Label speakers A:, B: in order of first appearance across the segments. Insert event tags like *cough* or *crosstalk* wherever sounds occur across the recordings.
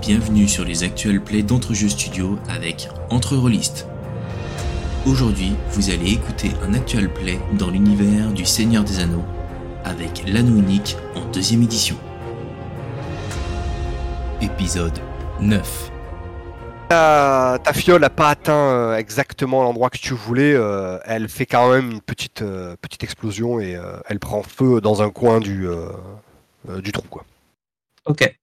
A: bienvenue sur les actuels plays d'Entrejeux Studio avec Entreroliste. Aujourd'hui, vous allez écouter un actuel play dans l'univers du Seigneur des Anneaux avec l'anneau unique en deuxième édition. Épisode 9.
B: Ta, ta fiole n'a pas atteint euh, exactement l'endroit que tu voulais. euh, elle fait quand même une petite, euh, petite explosion et euh, elle prend feu dans un coin du, euh, euh, du trou. Quoi.
C: Ok.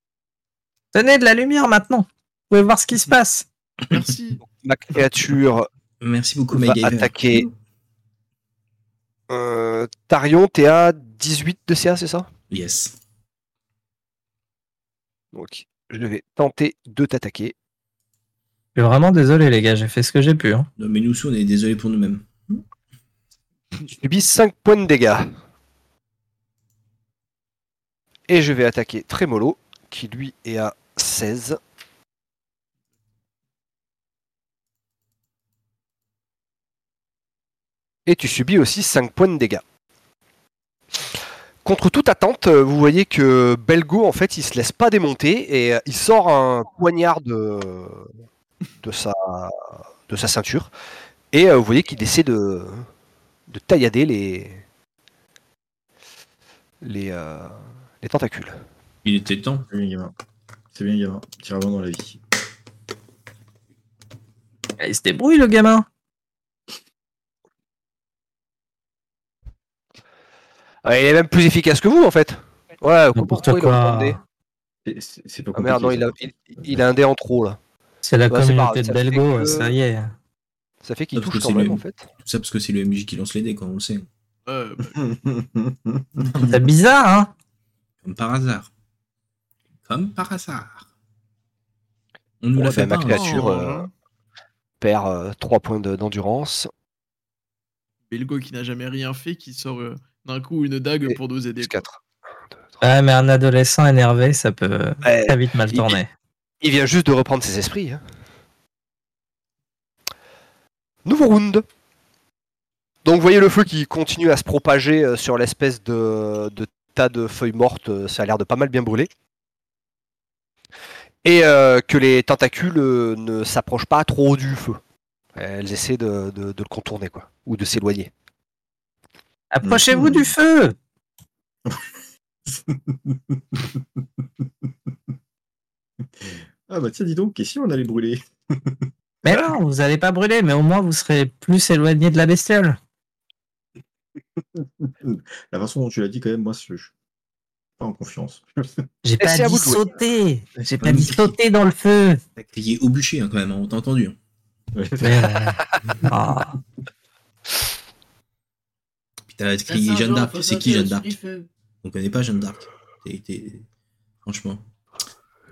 C: Tenez de la lumière maintenant. Vous pouvez voir ce qui se passe.
D: Merci.
B: La créature
A: Merci beaucoup,
B: va
A: Megaver.
B: attaquer. Euh, Tarion, t'es à 18 de CA, c'est ça
A: Yes.
B: Donc, je vais tenter de t'attaquer.
C: Je suis vraiment désolé, les gars, j'ai fait ce que j'ai pu. hein.
A: Non, mais nous aussi, on est désolés pour nous-mêmes.
B: Tu subis 5 points de dégâts. Et je vais attaquer Tremolo, qui lui est à 16. Et tu subis aussi 5 points de dégâts. Contre toute attente, euh, vous voyez que Belgo, en fait, il se laisse pas démonter et euh, il sort un poignard de, de, sa, de sa ceinture. Et euh, vous voyez qu'il essaie de, de taillader les les, euh, les tentacules.
A: Il était temps.
D: C'est bien, gamin. C'est bien, gamin. Tire avant dans la vie.
C: Ah, Il se débrouille, le gamin.
B: Ah, il est même plus efficace que vous en fait. Ouais,
E: N'importe
B: pourquoi il a
E: quoi.
B: autant de dés
D: C'est- C'est c'est pas
B: Ah
D: compliqué.
B: merde, non, il a, il, il a un dé en trop là.
E: C'est la
B: Bah, c'est pas grave,
E: communauté de
B: ça fait
E: Belgo,
B: que-
E: ça y est.
B: Ça fait qu'il
A: Ah, Parce
B: touche
A: que
B: quand
A: c'est
B: même
A: lui.
B: en fait.
A: Tout ça parce que c'est le MJ qui lance les dés, quand on le sait.
F: Euh, bah,
C: *laughs*
D: *laughs*
C: C'est bizarre, hein
A: Comme par hasard. Comme par hasard. On nous
B: Ouais,
A: l'a fait
B: bah,
A: pas.
B: ma
A: hein.
B: créature euh, perd 3 points de- d'endurance.
F: Belgo qui n'a jamais rien fait, qui sort euh, d'un coup une dague
B: Et-
F: pour nous aider.
B: plus 4.
E: Ouais, mais un adolescent énervé, ça peut
B: Ouais.
E: très vite mal
B: Il-
E: tourner.
B: Il vient juste de reprendre ses esprits. hein. Nouveau round. Donc vous voyez le feu qui continue à se propager euh, sur l'espèce de, de tas de feuilles mortes. euh, Ça a l'air de pas mal bien brûler. Et euh, que les tentacules euh, ne s'approchent pas trop du feu. Elles essaient de, de- de le contourner, quoi. Ou de s'éloigner.
C: Approchez-vous
B: Mmh.
C: du feu
D: ah bah tiens, dis donc, et si on allait brûler
C: Mais non, vous n'allez pas brûler, mais au moins vous serez plus éloigné de la bestiole.
D: La façon dont tu l'as dit, quand même, moi, je je suis pas en confiance.
C: J'ai pas
B: c'est à
C: dit
B: vous de Mmh. jouer.
C: sauter J'ai pas
A: Hum.
C: dit sauter dans le *laughs* feu
A: T'as crié au bûcher hein, quand même, hein, on t'a entendu.
D: Ouais.
E: Mais, euh,
C: Ah.
A: Puis t'as crié Jeanne d'Arc. C'est qui Jeanne d'Arc On connaît pas Jeanne d'Arc. T'es- t'es- Franchement.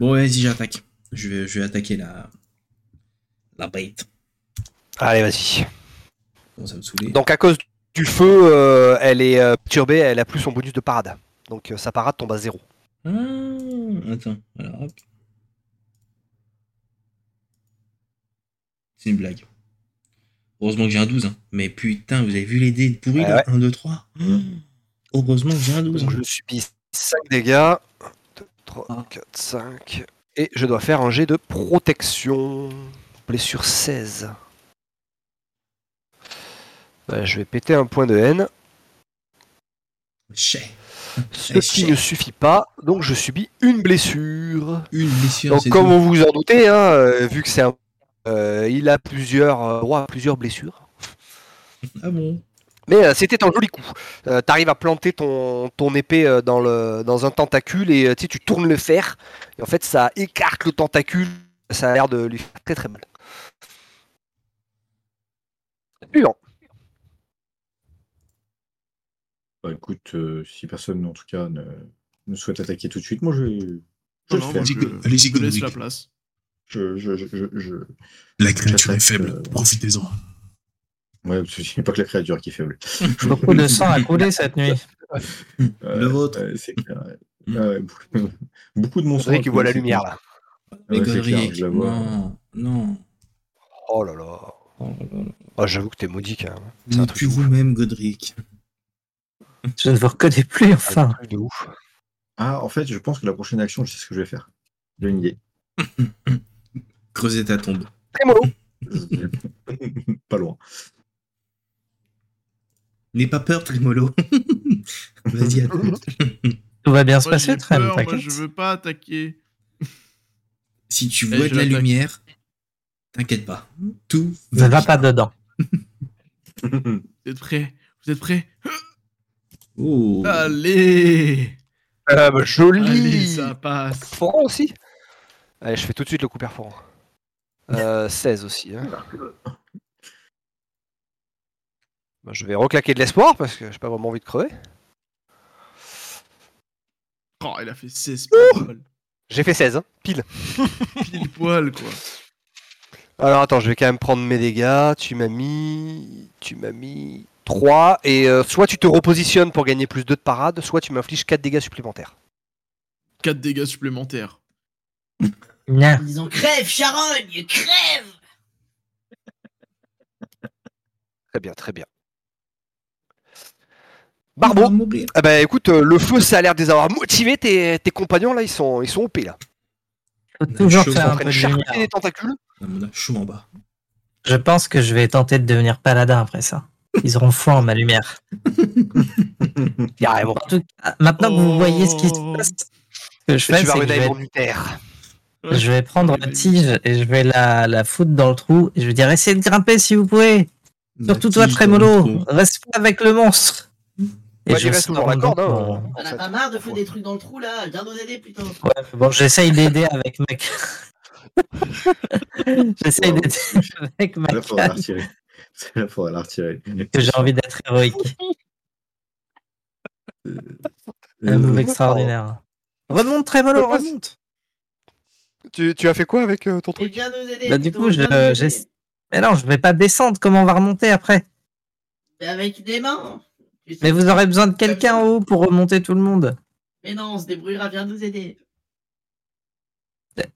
A: Bon, ouais, vas-y, j'attaque. Je vais, je vais attaquer la. La bête.
B: Allez, vas-y.
A: Bon, ça me saouler.
B: Donc à cause du feu, euh, elle est euh, perturbée. Elle a plus son bonus de parade. Donc euh, sa parade tombe à zéro.
A: Ah, attends, alors hop. C'est une blague. Heureusement que j'ai un 12, hein. mais putain, vous avez vu les dés pourris
B: Ah
A: là 1, 2, 3 Heureusement que j'ai un hein. 12.
B: Donc je subis 5 dégâts. 3,
A: Ah.
B: 4, 5. Et je dois faire un jet de protection. Blessure 16. Bah, je vais péter un point de haine.
A: Chais.
B: Ce qui ne suffit pas. Donc je subis une blessure.
D: Ah
A: Une blessure,
B: Donc
A: c'est
B: comme
A: tout.
B: vous vous en doutez, hein, euh, vu que c'est un... euh, il a plusieurs euh, droit à plusieurs blessures.
A: Ah bon
B: Mais euh, c'était un joli coup. Euh, T'arrives à planter ton, ton épée euh, dans, le, dans un tentacule et euh, tu sais, tu tournes le fer. Et en fait, ça écarte le tentacule. Ça a l'air de lui faire très très mal. Suivant.
D: Bah écoute, euh, si personne, en tout cas, ne, ne souhaite attaquer tout de suite, moi, je vais... Je
F: Non,
D: le
F: non,
D: fais.
F: moi, je,
G: Zigou-
F: je
G: allez, Zigou,
F: laisse
G: Zigou.
F: la place.
D: Je, je, je, je, je...
G: La créature
D: J'attaque,
G: est faible,
D: euh,
G: profitez-en.
D: Ouais, parce que c'est pas que la créature qui est *laughs* faible.
E: Beaucoup de sang a coulé cette nuit.
D: Euh,
A: Le vôtre.
D: euh, c'est clair. Ouais, beaucoup- beaucoup de monstres.
B: Faudrait qu'il voit la lumière là.
D: Ouais,
A: Les
D: c'est clair,
A: conneries.
D: je la vois.
A: Non, non.
B: Oh là là.
A: Oh là là.
B: Ah, J'avoue que t'es maudit quand même. C'est un
A: Ni
B: truc
A: plus
B: de ouf.
A: vous-même, Godric.
E: Je ne vous reconnais plus,
B: Un
E: enfin.
B: truc de ouf.
D: Ah, en fait, je pense que la prochaine action, je sais ce que je vais faire. J'ai une idée.
A: Creuser ta tombe.
D: *laughs*
B: *laughs*
D: Pas loin.
A: N'aie pas peur, Trémolo. *laughs* Vas-y, à toi.
E: Tout va bien se
F: Moi, j'ai
E: passer, Trem,
F: peur, moi,
E: t'inquiète.
F: je veux pas attaquer.
A: Si tu
F: Eh,
A: vois
F: je
A: de la
F: l'attaque.
A: lumière, t'inquiète pas. Tout
E: Ne
A: va
E: va
A: bien.
E: pas dedans.
F: Vous êtes prêts Vous êtes prêts
A: Oh.
F: Ah, Allez
A: Ah,
B: Euh, bah,
F: Allez,
B: joli
F: ça passe
B: Perforant aussi Allez, je fais tout de suite le coup perforant. Euh, 16 aussi. hein. Bah, je vais reclaquer de l'espoir parce que j'ai pas vraiment envie de crever.
F: Oh, il a fait 16 poils.
B: J'ai fait 16, hein, pile.
F: Pile poil, quoi.
B: Alors attends, je vais quand même prendre mes dégâts. Tu m'as mis. Tu m'as mis 3. Et euh, soit tu te repositionnes pour gagner plus 2 de parade, soit tu m'infliges 4 dégâts supplémentaires.
F: 4 dégâts supplémentaires.
E: Nya.
G: Ils ont crève, charogne, crève
B: Très bien, très bien. Barbeau
A: mourir.
B: Ah bah écoute, euh, le feu ça a l'air de les avoir motivés, tes, tes compagnons là, ils sont, ils sont OP là.
E: Faut toujours
A: Je
E: faire
B: Ils sont
E: un
B: en
E: peu
B: train
E: de
B: de charcuter
E: lumière.
B: des tentacules.
A: Ah, mon Dieu, chaud en bas.
E: Je pense que je vais tenter de devenir paladin après ça. Ils auront foi en ma lumière.
B: Ils arrivent.
E: En tout cas, maintenant que vous voyez ce qui
F: Oh.
E: se passe, ce que je fais,
B: tu vas
E: c'est que je
B: renaître
E: vais,
B: en Uther.
F: Ouais.
E: je vais prendre
F: Ouais,
E: la tige et je vais la, la foutre dans le trou. Et je vais dire, essayez de grimper si vous pouvez. Surtout toi, Trémolo. Reste pas avec le monstre.
B: Bah, il
E: je
B: reste
E: sors
B: toujours la
E: donc
B: corde. hein,
E: mon-
B: en
G: T'en
B: fait.
G: as pas marre de foutre des trucs dans le trou là Viens nous aider putain
E: Ouais, mais bon, j'essaye d'aider avec ma *laughs* J'essaye
D: Wow.
E: d'aider avec ma
D: Là, faudra la
E: canne,
D: retirer. Là, faudra la retirer.
E: que j'ai envie d'être héroïque.
D: Euh,
E: Un move extraordinaire. Remonte, Trémolo,
B: Ouais,
E: remonte
B: Tu, tu as fait quoi avec euh, ton
G: Et
B: truc
G: viens nous aider
E: Bah, du
G: putain,
E: coup, je-
G: viens nous aider.
E: j'essa- Mais non, je vais pas descendre, comment on va remonter après
G: Mais avec des mains Tu sais-
E: Mais vous aurez besoin de quelqu'un en haut pour remonter tout le monde.
G: Mais non, on se débrouillera, viens nous aider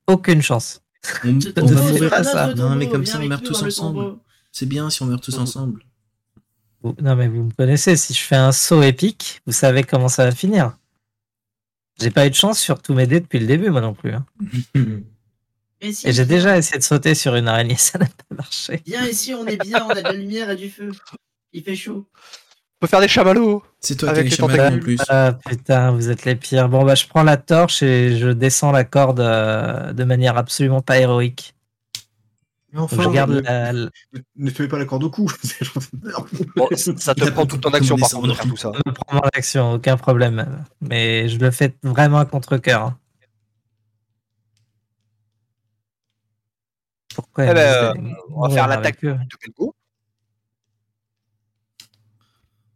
E: Aucune chance.
A: On, on
G: Ce
E: ne
A: va
G: tombeau,
E: fais
A: mourir.
E: pas
G: c'est
E: ça.
G: notre
A: Non, mais
G: tombeau,
A: comme
G: viens
A: ça, on
G: avec
A: meurt
G: nous
A: tous
G: dans le
A: ensemble.
G: tombeau.
A: C'est bien si on meurt tous ensemble.
E: Vous- Non, mais vous me connaissez, si je fais un saut épique, vous savez comment ça va finir. J'ai pas eu de chance sur tous mes dés depuis le début, moi non plus. hein.
G: Mais si,
E: Et j'ai
G: viens.
E: déjà essayé de sauter sur une araignée, *laughs* ça n'a pas marché.
G: Viens ici, on est bien, on a de la lumière et du feu. Il fait chaud.
B: On peut faire des chamallows.
A: C'est toi qui as
B: Avec
A: les
B: les
A: chamans en
E: tentacules.
A: plus.
E: Ah putain, vous êtes les pires. Bon bah je prends la torche et je descends la corde euh, de manière absolument pas héroïque.
D: Mais euh,
E: Donc, je garde la, la-
D: ne, ne te mets pas la corde au cou. *laughs* C'est genre-
B: Bon, *laughs* ça
A: Il
B: te
A: a
B: prend
A: pas
B: toute
A: tout
B: ton action par
A: commandé
B: contre de
A: ça,
B: faire tout ça.
E: me prends mon action, aucun problème. Mais je le fais vraiment à contre-cœur. hein. Pourquoi Oh,
B: Eh ben,
E: vous allez
B: euh, on va
E: mourir
B: faire l'attaque.
E: avec eux
B: De Belgo.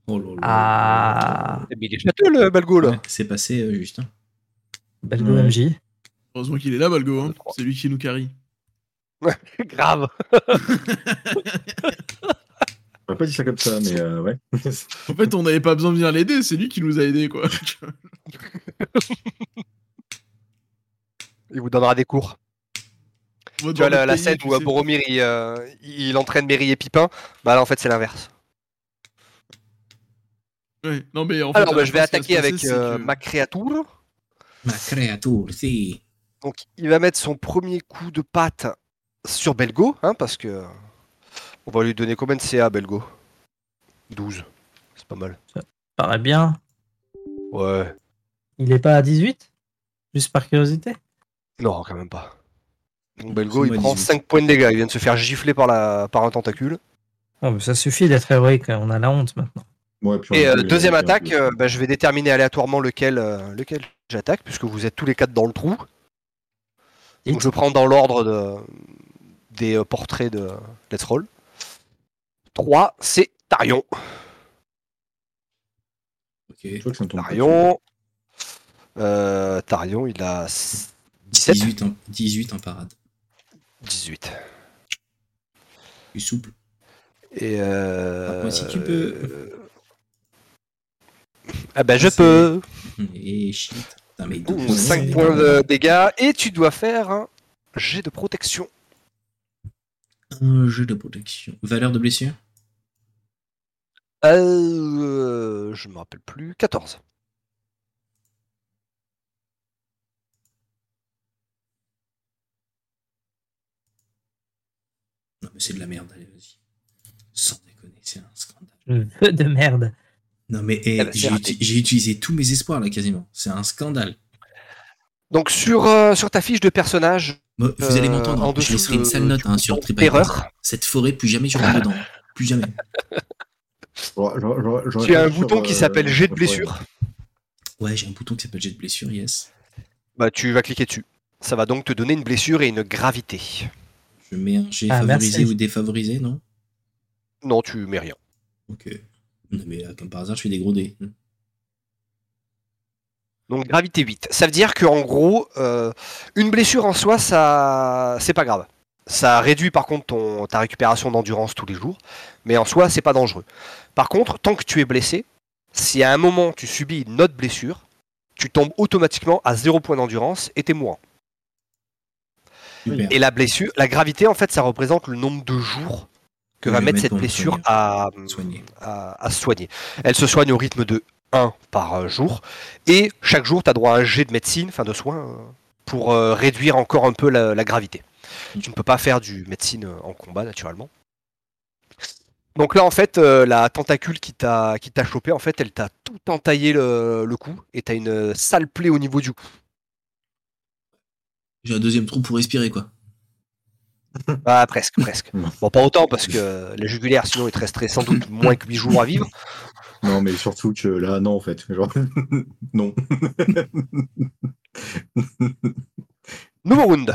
A: Oh là là.
E: Ah,
B: Mais il est château le Balgo là.
A: Ouais, C'est passé, euh, Justin.
B: Hmm.
E: belle go
D: Ouais.
E: MJ.
F: Heureusement qu'il est là, Balgo. hein. C'est lui qui nous carie.
B: *laughs* Grave.
D: J'aurais pas dit ça comme ça, mais euh, ouais.
F: En fait, on n'avait pas besoin de venir l'aider, c'est lui qui nous a aidés, quoi.
B: Il vous donnera des cours.
F: On va
B: Tu vois
F: devoir
B: la, la
F: le payer,
B: scène
F: tu
B: où euh,
F: sais.
B: Boromir il, euh, il entraîne Merry et Pipin. Bah là en fait c'est l'inverse.
F: Ouais. Non, mais en fait,
B: Alors
F: à
B: bah,
F: la
B: je
F: fin,
B: vais
F: ce qui
B: attaquer
F: va se passer,
B: avec
F: c'est
B: euh,
F: que-
B: ma créature.
A: Ma créature, si.
B: Donc il va mettre son premier coup de patte sur Belgo, hein, parce que on va lui donner combien de CA Belgo 12. C'est pas mal.
E: Paraît bien.
B: Ouais.
E: Il est pas à 18 Juste par curiosité
B: Non, quand même pas. Donc Belgo,
A: C'est
B: il prend
A: magnifique.
B: 5 points de dégâts. Il vient de se faire gifler par, la... par un tentacule.
E: Oh, mais ça suffit d'être héroïque, on a la honte maintenant.
D: Bon, puis on
B: Et
D: a
B: euh,
D: vu,
B: deuxième
D: euh,
B: attaque,
D: euh,
B: euh, bah, je vais déterminer aléatoirement lequel, euh, lequel j'attaque, puisque vous êtes tous les quatre dans le trou. Donc je prends dans l'ordre de- des euh, portraits de Let's Roll. 3, c'est Tarion.
A: Ok.
D: je vois que ça ne tombe pas.
B: Tarion. Euh, Tarion, il a 17.
A: 18 en, 18 en parade.
B: 18.
A: Il est souple.
B: Et euh...
A: Moi, si tu peux.
B: euh, Ah bah je
A: C'est-
B: peux.
A: Et shit. Putain, mais
B: Ouh,
A: douze,
B: 5
A: c'est-
B: points de dégâts et tu dois faire un jet de protection.
A: Un jeu de protection. Valeur de blessure
B: Euh, je me rappelle plus. 14.
A: mais c'est de la merde, allez, vas-y. Sans déconner, c'est un scandale.
E: Le feu de merde.
A: Non, mais eh,
B: Ah bah, c'est
A: j'ai
B: raté.
A: uti- j'ai utilisé tous mes espoirs là quasiment. C'est un scandale.
B: Donc sur, euh, sur ta fiche de personnage,
A: Moi, vous allez
B: Euh,
A: m'entendre,
B: en
A: hein. je
B: dessous
A: laisserai une
B: de-
A: sale note
B: du
A: hein, sur
B: bouton
A: TripAdvisor.
B: erreur.
A: Cette forêt, plus jamais je
B: Ah.
A: rentre dedans. Plus jamais.
D: J'aurais- j'aurais- j'aurais- j'aurais
B: tu as un
D: répondu sur,
B: bouton qui
D: euh,
B: s'appelle jet de
D: ouais.
B: blessure.
A: Ouais, j'ai un bouton qui s'appelle jet de blessure, yes.
B: Bah tu vas cliquer dessus. Ça va donc te donner une blessure et une gravité.
A: Je mets un jet
E: Ah,
A: favorisé
E: merci.
A: ou défavorisé, non
B: Non, tu mets rien.
A: Ok. Non, mais là, comme par hasard, je fais des gros dés. Mmh.
B: Donc gravité 8. Ça veut dire qu'en gros, euh, une blessure en soi, ça c'est pas grave. Ça réduit par contre ton, ta récupération d'endurance tous les jours, mais en soi, c'est pas dangereux. Par contre, tant que tu es blessé, si à un moment tu subis une autre blessure, tu tombes automatiquement à 0 point d'endurance et t'es mourant.
A: Super.
B: Et la blessure, la gravité en fait, ça représente le nombre de jours que
A: Je
B: va
A: vais
B: mettre
A: mettre
B: cette
A: pour me
B: blessure
A: soigner.
B: à,
A: Soigner.
B: à, à se soigner. Elle se soigne au rythme de 1 par euh, jour. Et chaque jour, tu as droit à un jet de médecine, enfin de soins, euh, pour euh, réduire encore un peu la, la gravité. Tu ne peux pas faire du médecine euh, en combat, naturellement. Donc là, en fait, euh, la tentacule qui t'a qui t'a chopé, en fait, elle t'a tout entaillé le, le cou et t'as une euh, sale plaie au niveau du cou.
A: J'ai un deuxième trou pour respirer, quoi.
B: Ah, presque, presque.
D: Non.
B: Bon, pas autant parce que la jugulaire, sinon, il te resterait sans doute moins que 8 jours à vivre.
D: Non, mais surtout que là, non, en fait. Genre, *laughs* non.
B: Nouveau round.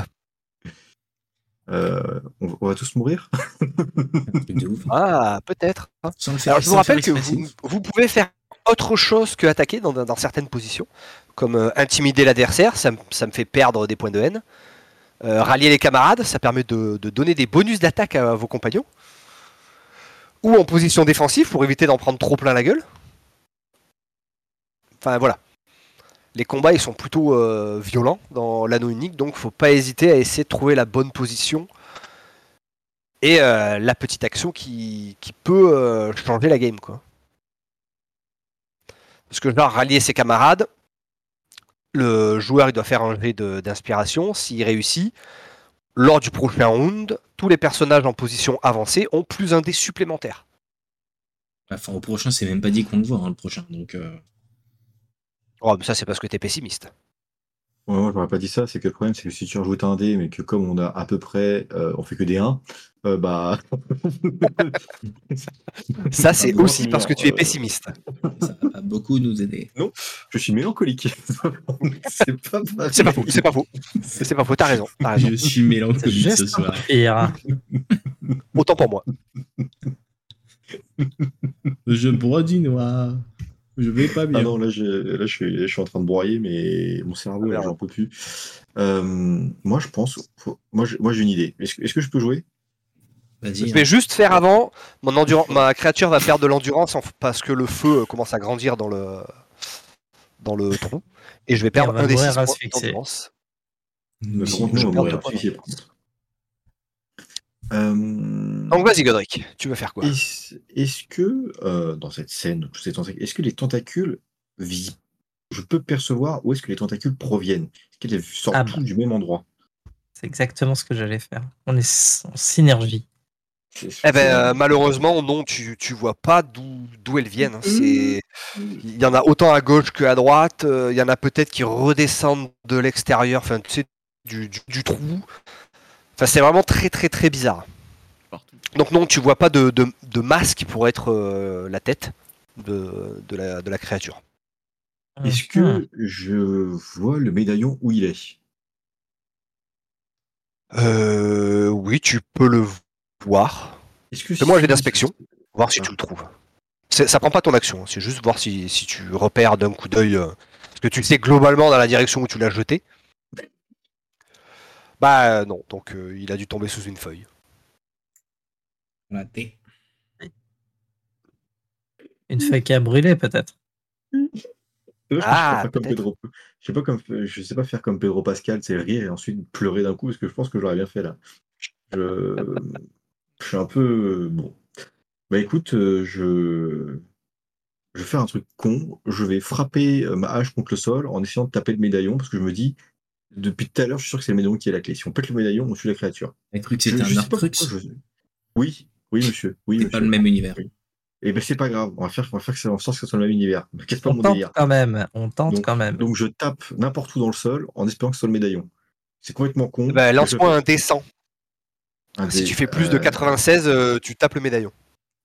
D: Euh, on, on va tous mourir *laughs*
A: Un truc de ouf.
B: Ah, peut-être. hein.
A: Sans le faire-
B: Alors, je vous
A: sans le faire
B: rappelle que
A: exprès, c'est
B: vous,
A: ouf.
B: vous pouvez faire autre chose que attaquer dans, dans certaines positions, comme euh, intimider l'adversaire, ça, me- ça me fait perdre des points de haine. Euh, rallier les camarades, ça permet de, de donner des bonus d'attaque à, vos compagnons. Ou en position défensive pour éviter d'en prendre trop plein la gueule. Enfin voilà. Les combats ils sont plutôt euh, violents dans l'anneau unique, donc faut pas hésiter à essayer de trouver la bonne position et euh, la petite action qui, qui peut euh, changer la game quoi. Parce que genre rallier ses camarades, le joueur il doit faire un jet de- d'inspiration, s'il réussit, lors du prochain round, tous les personnages en position avancée ont plus un dé supplémentaire.
A: Enfin, au prochain, c'est même pas dit qu'on le voit, hein, le prochain. Donc, euh,
B: Oh mais ça c'est parce que t'es pessimiste.
D: Ouais, Moi, j'aurais pas dit ça. C'est que le problème, c'est que si tu rajoutes un dé, mais que comme on a à peu près, euh, on fait que des 1, bah.
B: Ça c'est
D: bon,
B: aussi
D: mais
B: parce que
D: alors,
B: tu es
D: euh,
B: pessimiste.
A: ça va pas beaucoup nous aider.
D: Je suis mélancolique. *laughs* c'est pas pareil.
B: C'est pas faux, c'est pas faux. C'est pas faux, t'as raison, t'as raison.
A: Je suis mélancolique *laughs*
E: Juste
A: ce
E: un
A: soir.
E: peu pire. hein.
B: Autant pour moi.
A: Je brodie noir. Je vais pas
D: Ah
A: bien.
D: non, là, je, là je, suis, je suis en train de broyer, mais mon cerveau, là,
B: Merde.
D: j'en peux plus. Euh, moi, je pense. Moi, je- moi, j'ai une idée. Est-ce que- est-ce que je peux jouer
A: Vas-y.
B: Je
A: hein.
B: vais juste faire avant, mon enduran- ma créature va perdre de l'endurance en f- parce que le feu euh, commence à grandir dans le dans le tronc et je vais
E: on
B: perdre
E: va
B: un des
E: mourir
B: six points
E: asphyxié.
B: d'endurance.
A: Nous
D: Mais
A: aussi,
D: par contre,
A: je
D: nous, on va
A: perds
D: mourir
A: de points.
D: tous, c'est pas- Euh,
B: Donc vas-y Godric, tu veux faire quoi
D: Est-ce est-ce que, euh, dans cette scène, donc, tous ces tentacules, est-ce que les tentacules vi- Je peux percevoir où est-ce que les tentacules proviennent Est-ce qu'elles sortent
E: Ah.
D: toutes du même endroit
E: C'est exactement ce que j'allais faire. On est s- en synergie.
B: Eh ben euh, malheureusement non, tu, tu vois pas d'où d'où elles viennent. hein. C'est il y en a autant à gauche que à droite. euh, Il y en a peut-être qui redescendent de l'extérieur, enfin tu sais du, du- du trou. Enfin c'est vraiment très très très bizarre.
F: partout.
B: Donc non, tu vois pas de, de, de masse qui pourrait être euh, la tête de, de, la, de la créature.
D: Est-ce
E: Hum.
D: que je vois le médaillon où il est
B: Euh, oui, tu peux le voir.
D: Est-ce que
B: Fais-moi un
D: si-
B: jet d'inspection. Voir si
D: Ah.
B: tu le trouves. C'est- Ça prend pas ton action, hein, c'est juste voir si, si tu repères d'un coup d'œil euh, ce que tu sais globalement dans la direction où tu l'as jeté. Bah euh, non, donc euh, il a dû tomber sous une feuille.
A: Raté.
E: Ah, Une feuille qui a brûlé, peut-être.
D: Je sais
B: Ah,
D: pas faire comme
B: peut-être.
D: Pedro- Je sais pas comme je sais pas faire comme Pedro Pascal, c'est rire et ensuite pleurer d'un coup parce que je pense que j'aurais bien fait là. Je, je suis un peu euh, bon. Bah écoute, euh, je je vais faire un truc con. Je vais frapper euh, ma hache contre le sol en essayant de taper le médaillon parce que je me dis depuis tout à l'heure, je suis sûr que c'est le médaillon qui est la clé. Si on pète le médaillon, on tue la créature.
A: J'ai cru que
D: Je-
A: c'était
D: je
A: un
D: sais pas pourquoi
A: Arcrux.
D: je- Oui, oui, monsieur. Oui,
A: C'est pas
D: monsieur.
A: le même univers.
D: Et ben c'est pas grave, on va faire, on va faire que ça en sorte que ce soit le même univers. Mais qu'est-ce pas
E: On
D: mon
E: tente
D: délire.
E: quand même. On tente quand même.
D: Donc je tape n'importe où dans le sol en espérant que ce soit le médaillon. C'est complètement con.
B: Bah, lance-moi
D: Je-
B: un dessin.
D: un
B: Si
D: dé-
B: tu fais plus de
D: euh,
B: 96, euh, tu tapes le médaillon.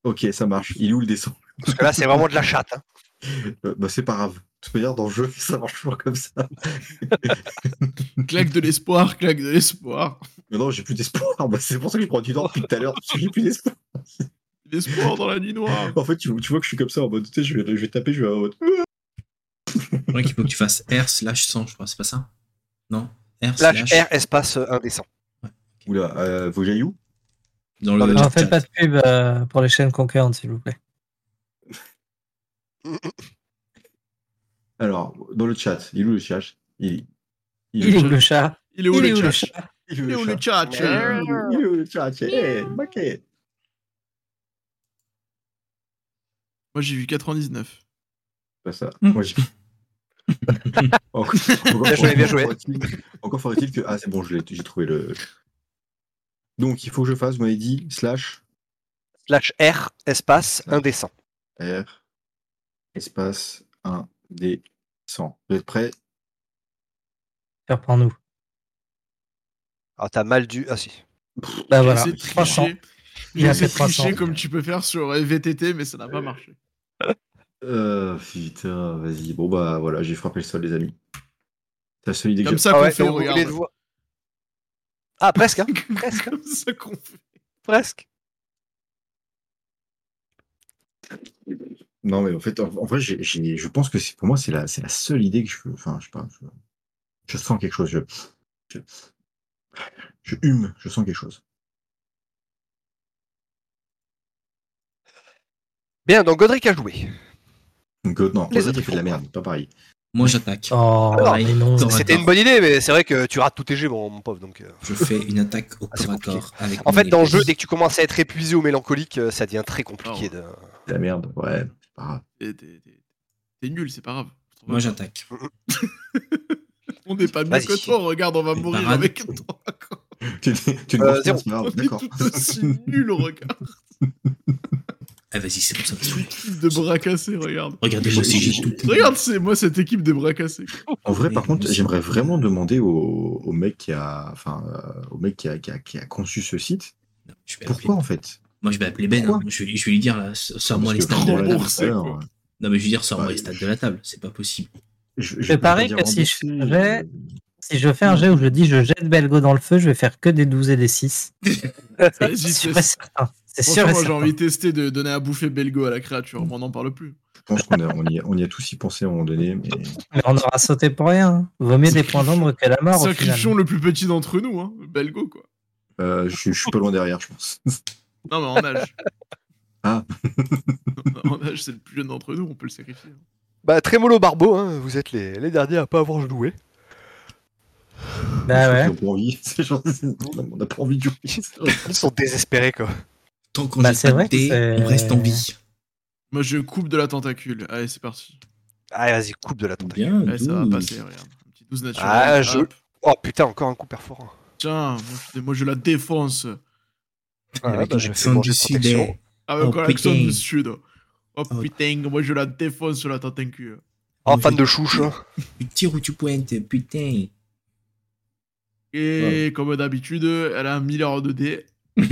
D: Ok, ça marche. Il est où le dessin
B: Parce que là, c'est vraiment de la chatte.
D: *laughs*
B: hein.
D: Euh, Bah c'est pas grave. De toute manière, dans le jeu, *laughs* ça marche toujours comme ça.
F: Claque de l'espoir, claque de l'espoir.
D: Mais non, j'ai plus d'espoir. *laughs* Bah, c'est pour ça que je prends du temps depuis tout à l'heure. parce que J'ai plus d'espoir.
F: L'espoir dans la nuit noire.
D: En fait, tu, tu vois que je suis comme ça en mode, tu sais, je vais, je vais taper, je vais en mode.
A: Je crois qu'il faut que tu fasses R slash 100, je crois, c'est pas ça Non R
B: Slash
A: slash
B: R, espace, euh, un dessin.
D: Oula, euh, vous jaillez où
A: dans le
B: Non,
E: Non,
A: chat.
E: faites pas de pub euh, pour les chaînes concurrentes, s'il vous plaît.
D: Alors, dans le chat. Il est où le chat il, il
E: Il est où le chat
F: Il est où
E: Il est où
F: le
E: le
F: chat
E: chat
D: Il est
F: Il est où le
D: chat
F: chat
D: Il est où- il est où le chat Eh, ok.
F: Moi j'ai vu 99.
D: pas Bah, ça.
E: Mm.
D: Moi, j'ai- encore, encore
B: Bien joué, bien joué.
D: faudrait-il- Encore faudrait-il que. Ah, c'est bon, je l'ai- j'ai trouvé le. Donc, il faut que je fasse, vous m'avez dit, slash
B: Slash R, espace, un dessin.
D: R, espace 1, D, 100. Vous êtes prêts
E: Surprends-nous.
B: Ah, t'as mal du. Ah, si.
E: Bah
F: J'ai
E: voilà.
F: essayé de
E: 300.
F: tricher.
E: Il
F: J'ai
E: a
F: essayé
E: fait
F: de tricher
E: 300.
F: comme tu peux faire sur euh, VTT, mais ça n'a pas marché.
D: Euh, putain, vas-y. Bon, bah voilà, j'ai frappé le sol, les amis. C'est celui des
F: Comme ça
B: Ah
F: qu'on
B: ouais,
F: fait,
B: donc vous
F: regarde.
B: voulez le voir. Ah, presque, *laughs* hein. presque, hein,
F: Comme ça qu'on fait.
B: presque.
D: Non, mais en fait, en, en vrai, j'ai- j'ai- je pense que c'est- pour moi, c'est la, c'est la seule idée que je. Enfin, je sais pas. Je, je sens quelque chose. Je, je, je hume, je sens quelque chose.
B: Bien, donc Godric a joué.
D: Donc, euh, non,
B: Les
D: Rodrigue,
B: autres,
D: il fait
B: ils
D: de la
B: font
D: merde, pas pareil.
A: Moi j'attaque.
E: Oh,
B: Alors,
E: mais non.
A: t'aurais-
B: C'était une bonne idée, mais c'est vrai que tu rates tous tes jets, mon, mon pauvre. Donc, euh.
A: Je fais une attaque au
B: Ah, c'est
A: corps à corps avec
B: En
A: mon
B: fait, dans le
A: épée.
B: jeu, dès que tu commences à être épuisé ou mélancolique, euh, ça devient très compliqué. De...
D: De la merde, ouais, c'est pas grave.
F: T'es- T'es t'es- t'es nul, c'est pas grave.
A: Moi j'attaque.
F: On n'est pas mieux
B: Vas-y.
F: que toi, regarde, on va
A: Une
F: mourir
A: parade.
F: avec toi. quoi.
D: *laughs* Tu tu ne
B: Euh,
D: penses pas,
B: zéro.
D: c'est pas
F: On
D: grave,
B: *laughs*
F: est
D: d'accord.
F: tout aussi nul, regarde.
A: Ah vas-y, c'est pour ça que je joue.
F: Équipe de bras cassés, regarde.
A: Regardez-moi si j'ai tout.
F: Regarde, c'est moi cette équipe de bras
B: *laughs*
F: cassés.
D: En vrai,
A: Mais
D: par contre,
A: aussi-
D: j'aimerais vraiment demander au, au mec qui a, enfin, euh, au mec qui a, qui a- qui a conçu ce site,
B: Bah,
A: Non, je vais
D: pourquoi
A: appeler-
D: en fait
A: Moi je vais appeler Ben. hein.
D: Pourquoi
A: Je, vais, je vais lui dire là, sors-moi
D: Parce
A: les
D: que
A: stats de la
D: voilà,
A: table.
F: rembourse.
D: tout à l'heure,
F: quoi.
A: Non mais je veux dire, sors-moi
D: Ouais.
A: les stats de la table. C'est pas possible.
D: hein, Je,
E: Je parie
D: pas
E: que si
D: dire
E: je
D: rembourser,
E: fais-
D: euh,
E: Si je fais un jeu où je dis je jette Belgo dans le feu, je vais faire que des 12 et des 6. C'est
F: Vas-y,
E: sûr
F: teste.
E: et certain. C'est sûr et
F: Franchement, moi j'ai
E: certain.
F: envie de tester de donner à bouffer Belgo à la créature, mais on n'en parle plus.
D: Je pense qu'on a- on y, a- on y a tous y pensé à un moment donné, mais
E: Mais on aura sauté pour rien. hein. Vaut mieux des points d'ombre que la mort au final.
F: Sacrifions le plus petit d'entre nous, hein. Belgo quoi.
D: euh, je, suis- je suis pas loin derrière, je pense.
F: Non mais en âge.
D: Ah.
F: *laughs* en âge, c'est le plus jeune d'entre nous, on peut le sacrifier.
B: Bah, Trémolo Barbeau, hein, vous êtes les, les derniers à pas avoir joué.
E: Bah
D: *laughs*
E: ouais.
D: On n'a pas envie, c'est genre, c'est- on n'a pas
B: *laughs*
D: envie de jouer.
B: Ils sont désespérés, quoi.
A: Tant qu'on
E: Bah,
A: a
E: c'est
A: pas de
E: vrai que
A: dés,
E: c'est-
A: on reste en vie.
F: Moi je coupe de la tentacule. Allez, c'est parti.
B: Allez, vas-y, coupe de la tentative.
A: Bien,
F: Allez, ça va
A: douze.
F: passer, regarde. Un petit 12 naturel.
B: Mmh. Ah,
F: Hop.
B: je- Oh putain, encore un coup perforant.
F: Tiens, moi je, moi, je la défonce.
B: Ah,
A: Avec
B: bah, je fais
A: l'accent
B: manger
A: du
B: protection.
A: sud.
F: Avec
A: Oh,
F: Ah, encore l'accent
A: putain.
F: du sud. Oh
A: Oh.
F: putain, moi je la défonce la tentacule.
B: Oh, fan de chouche. hein.
A: Tu tires où tu pointes,
D: *laughs*
A: putain.
F: Et comme d'habitude, elle a 1000 heures de dés.
B: Ouais,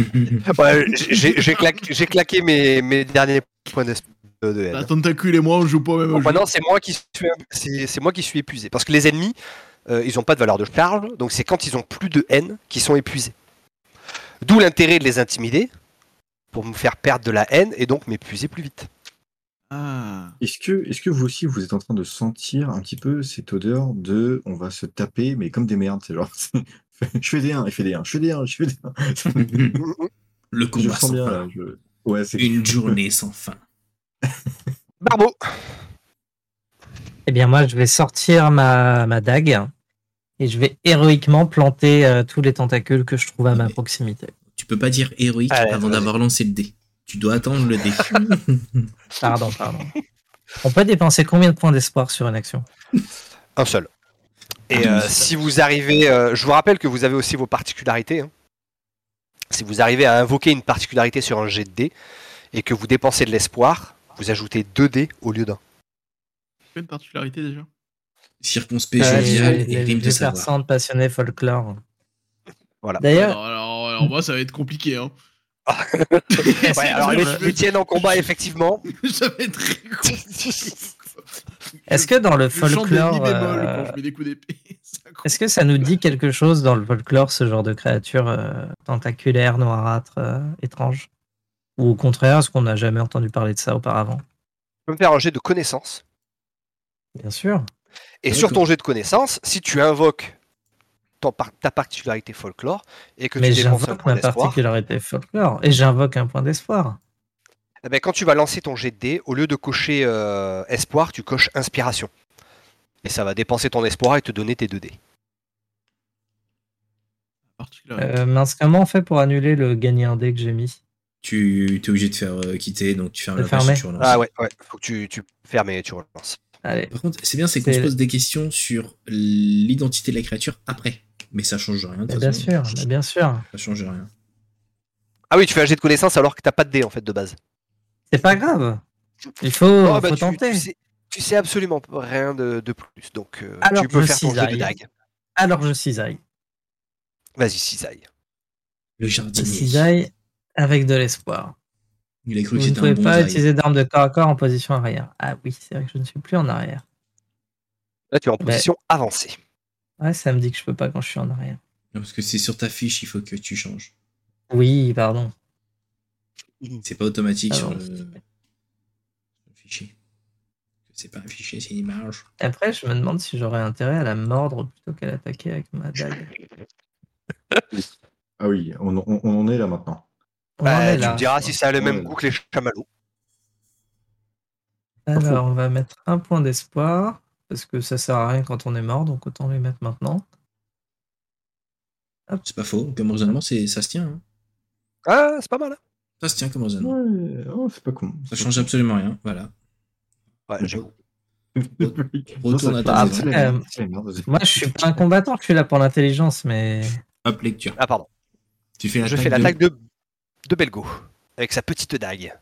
B: Bah, j'ai j'ai claqué, j'ai claqué mes, mes derniers points d'esp- de, de haine.
F: La tentacule et moi on joue pas au
A: Euh,
F: même
B: Bon,
F: jeu.
B: maintenant, c'est moi qui suis, c'est c'est moi qui suis épuisé. Parce que les ennemis, euh, ils n'ont pas de valeur de charge, donc c'est quand ils ont plus de haine qu'ils sont épuisés. D'où l'intérêt de les intimider pour me faire perdre de la haine et donc m'épuiser plus vite.
F: Ah.
D: Est-ce que, est-ce que vous aussi, vous êtes en train de sentir un petit peu cette odeur de on va se taper, mais comme des merdes C'est genre, *laughs* c'est- je fais des 1, il fait des 1, je fais des 1, je fais des 1.
A: Le *laughs*
D: Je
A: combat
D: sens
A: sans
D: bien,
A: fin.
D: là. je- Ouais, c'est
E: *laughs*
A: Une journée sans fin.
B: Barbeau
E: Eh bien, moi, je vais sortir ma, ma dague et je vais héroïquement planter euh, tous les tentacules que je trouve à ma
A: Mais-
E: proximité.
A: Tu peux pas dire héroïque
B: Allez,
A: avant
B: vas-y.
A: d'avoir lancé le dé. Tu dois attendre le
E: *laughs*
A: dé.
E: Pardon, pardon. On peut dépenser combien de points d'espoir sur une action
B: Un seul. Et
A: Ah,
B: euh,
A: oui.
B: si vous arrivez, euh, je vous rappelle que vous avez aussi vos particularités. hein. si vous arrivez à invoquer une particularité sur un jet de dés et que vous dépensez de l'espoir, vous ajoutez 2 dés au lieu d'un.
F: Une particularité déjà.
A: Circonspect,
E: Ouais,
A: jovial
E: Euh, les-
A: et
E: les-
A: rime de
E: les
A: savoir.
E: persantes passionnées folklore.
B: Voilà.
E: D'ailleurs,
F: Alors, alors, alors, moi, ça va être compliqué. Hein.
B: *laughs* Ouais, alors
F: je-
B: ils les tiennent en combat, effectivement.
F: *laughs* ça va être très compliqué.
E: est-ce que dans le
F: Je chante des mi
E: folklore,
F: bémol
E: euh,
F: quand je mets des coups d'épée. *laughs* Ça compte.
E: est-ce que ça nous dit quelque chose dans le folklore ce genre de créature euh, tentaculaire, noirâtre, euh, étrange Ou au contraire, est-ce qu'on n'a jamais entendu parler de ça auparavant
B: Tu peux me faire un jet de connaissance.
E: Bien sûr.
B: Et
A: Ouais,
B: sur ton
A: comme-
B: jet de connaissance, si tu invoques ton par- ta particularité folklore et que
E: Mais
B: tu dépenses un
E: j'invoque
B: point
E: ma
B: d'espoir,
E: particularité folklore et j'invoque un point d'espoir.
B: eh ben, quand tu vas lancer ton jet de dés, au lieu de cocher euh, espoir, tu coches inspiration. Et ça va dépenser ton espoir et te donner tes 2 dés.
F: Particularité.
E: Euh, mince, comment on fait pour annuler le gagner un dé que j'ai mis
A: Tu es obligé de faire euh, quitter, donc tu fermes
E: De
A: la page et
E: fermer.
A: tu relances.
B: Ah ouais, ouais, faut que tu, tu fermes et tu relances.
E: Allez,
A: Par contre, c'est bien, c'est qu'on
E: C'est-
A: se pose des questions sur l'identité de la créature après. Mais ça change rien. de toute
E: bien
A: façon.
E: sûr, mais bien sûr.
A: Ça change rien.
B: Ah oui, tu fais un jet de connaissance alors que t'as pas de dés en fait de base.
E: C'est pas grave. Il faut,
B: Ah bah,
E: Oh, faut
B: tu,
E: tenter.
B: tu sais, tu sais absolument rien de, de plus, donc euh,
E: Alors,
B: tu peux
E: je
B: faire ton jet de
E: cisaille.
B: dague.
E: Alors je cisaille.
B: Vas-y, cisaille.
A: Le
E: Je
A: jardinier.
E: cisaille avec de l'espoir.
A: Il a cru
E: Vous
A: que
E: ne
A: c'était un
E: pouvez pas
A: bonsaï.
E: utiliser d'armes de corps à corps en position arrière. Ah oui, c'est vrai que je ne suis plus en arrière.
B: Là, tu es en
E: Ouais.
B: position avancée.
E: Ouais, ça me dit que je peux pas quand je suis en arrière.
A: Non, Parce que c'est sur ta fiche, il faut que tu changes.
E: Oui, pardon.
A: C'est pas automatique
E: Ah
A: sur
E: bon.
A: le... le fichier. C'est pas un fichier, c'est une image.
E: Après, je me demande si j'aurais intérêt à la mordre plutôt qu'à l'attaquer avec ma dague.
D: Ah oui, on, on- on en est là maintenant.
E: On
B: Bah,
E: en est
B: tu
E: là.
B: me diras si ça a le même
D: Ouais.
B: goût que les chamallows.
E: Alors, on va mettre un point d'espoir, parce que ça sert à rien quand on est mort, donc autant les mettre maintenant.
A: C'est pas faux. Comme raisonnement, c'est... ça se tient. hein.
B: Ah, c'est pas mal. hein.
A: Ça se tient comme raisonnement.
D: Ouais, oh, c'est pas con.
A: Ça change absolument rien. Voilà.
B: Ouais, j'ai-
D: Non, ça-
A: à ta
D: ah,
A: maison.
D: c'est la merde, c'est la merde.
E: Moi, je suis pas un combattant, je suis là pour l'intelligence, mais
A: Hop, lecture.
B: Ah pardon,
A: Tu fais
B: je fais
A: l'attaque
B: l'attaque de... de Belgo avec sa petite dague.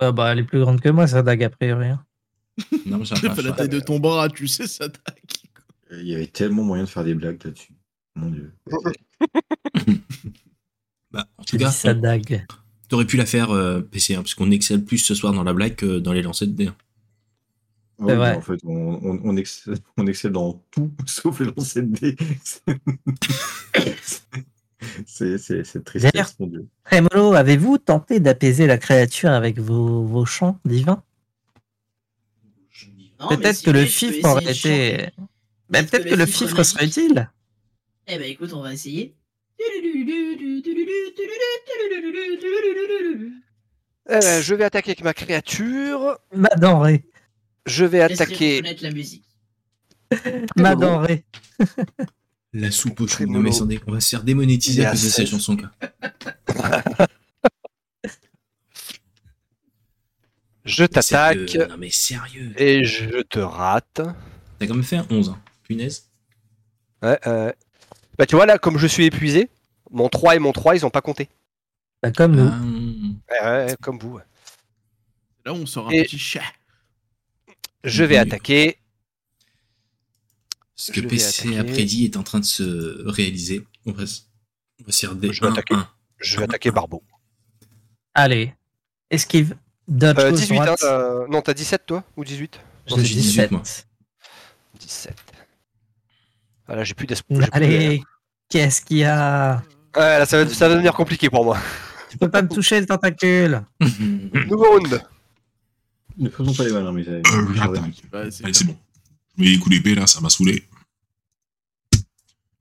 E: Ah bah, elle est plus grande que moi, sa dague, a priori. hein.
A: de...
B: *laughs*
A: Non, mais ça va
F: J'ai
A: pas
F: pas la
A: faire.
F: taille de ton bras, tu sais, ça attaque.
D: Il y avait tellement moyen de faire des blagues là-dessus. Mon dieu.
A: Bah, en tout
E: J'ai dit
A: cas,
E: sa dague.
A: t'aurais pu la faire euh, PC, hein, parce qu'on excelle plus ce soir dans la blague que dans les lancers de dés. hein.
D: Ah oui,
E: vrai.
D: En fait, on, on, on, excelle, *laughs* on excelle dans tout *laughs* sauf les lancers de dés. *laughs* C'est- C'est c'est
E: D'ailleurs-
D: tristesse, mon dieu.
E: Trémolo, avez-vous tenté d'apaiser la créature avec vos, vos chants divins
G: Non, mais
E: Peut-être
G: si
E: que
G: vous
E: le
G: voulez, je peux
E: fifre aurait
G: essayer de chanter.
E: été. Ben,
G: Est-ce
E: peut-être
G: que
E: que
G: le
E: le
G: fifre
E: fifre serait utile.
G: Eh ben écoute, on va essayer.
B: Euh, je vais attaquer avec ma créature.
E: Ma denrée.
B: Je vais
G: Laissez-moi
B: attaquer.
G: connaître la musique.
E: Ma
B: Trémolo.
E: denrée.
A: La soupe au chou.
B: Très
A: Non, mais
B: mono.
A: attendez, on va se faire démonétiser
B: Il est
A: à cause de
B: à
A: cette
B: 16.
A: chanson. Quoi.
B: Je t'attaque
A: Sérieux, Non, mais sérieux.
B: et je te rate.
A: T'as quand même fait un 11. hein. Punaise.
B: Ouais, euh, Bah tu vois là, comme je suis épuisé, mon 3 et mon 3, ils ont pas compté.
E: Bah, comme nous.
A: Ah, hum.
B: Ouais, ouais, ouais, comme vous. ouais.
F: Là, on sort un
B: Et-
F: petit chat.
B: Je vais
A: Oui.
B: attaquer.
A: Ce que
B: Je vais
A: PC a
B: attaquer.
A: prédit est en train de se réaliser. On va se, on va se faire des
B: Je vais
A: 1,
B: attaquer.
A: 1.
B: Je vais attaquer Barbeau.
E: Allez. Esquive. Dodge.
B: Euh,
E: gauche,
B: 18, hein,
E: droite.
B: t'as- non, t'as 17 toi Ou 18
E: J'ai
A: Moi, j'ai 18,
E: 17.
A: moi.
B: 17. Ah là, j'ai plus d'espoir. j'ai plus de-
E: Allez. Qu'est-ce qu'il y a
B: Ouais, là, ça va, ça va devenir compliqué pour moi.
E: Tu peux pas me toucher le tentacule.
B: *laughs* Nouveau round.
D: Ne faisons pas les malins, mes amis.
H: Euh, j'attaque.
F: Ouais, c'est
H: Allez, c'est bon. Je mets les coups d'épée, là, ça m'a saoulé.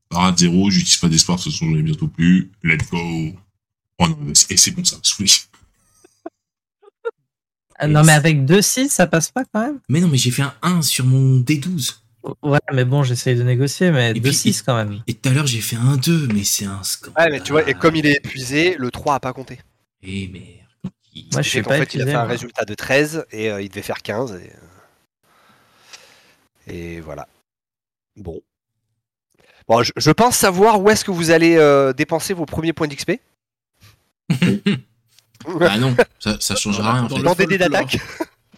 H: Parade zéro, j'utilise pas d'espoir, de toute façon, j'en ai bientôt plus. Let's go. Oh non, mais c'est- et c'est bon, ça m'a saoulé.
E: Ah, non, mais avec 2-6, ça passe pas quand même
A: *laughs* Mais non, mais j'ai fait un 1 sur mon D12.
E: Ouais, mais bon, j'essaye de négocier, mais
A: Et puis,
E: 2-6 quand même.
A: Et tout à l'heure, j'ai fait un 2, mais c'est un scandale.
B: Ouais, mais tu vois, et comme il est épuisé, le 3 a pas compté.
A: Eh merde. Il-
E: Moi, je
B: Ce qui
E: suis
B: fait qu'en
E: pas
B: fait, il a
E: épuisé,
B: fait un
E: moi.
B: résultat de 13 et euh, il devait faire 15. Et, euh, et voilà. Bon. Bon, je, je pense savoir où est-ce que vous allez euh, dépenser vos premiers points d'XP.
A: Ah non, ça, ça changera rien en
F: Dans
A: fait.
B: Dans des
F: le
B: dés
F: folklore.
B: d'attaque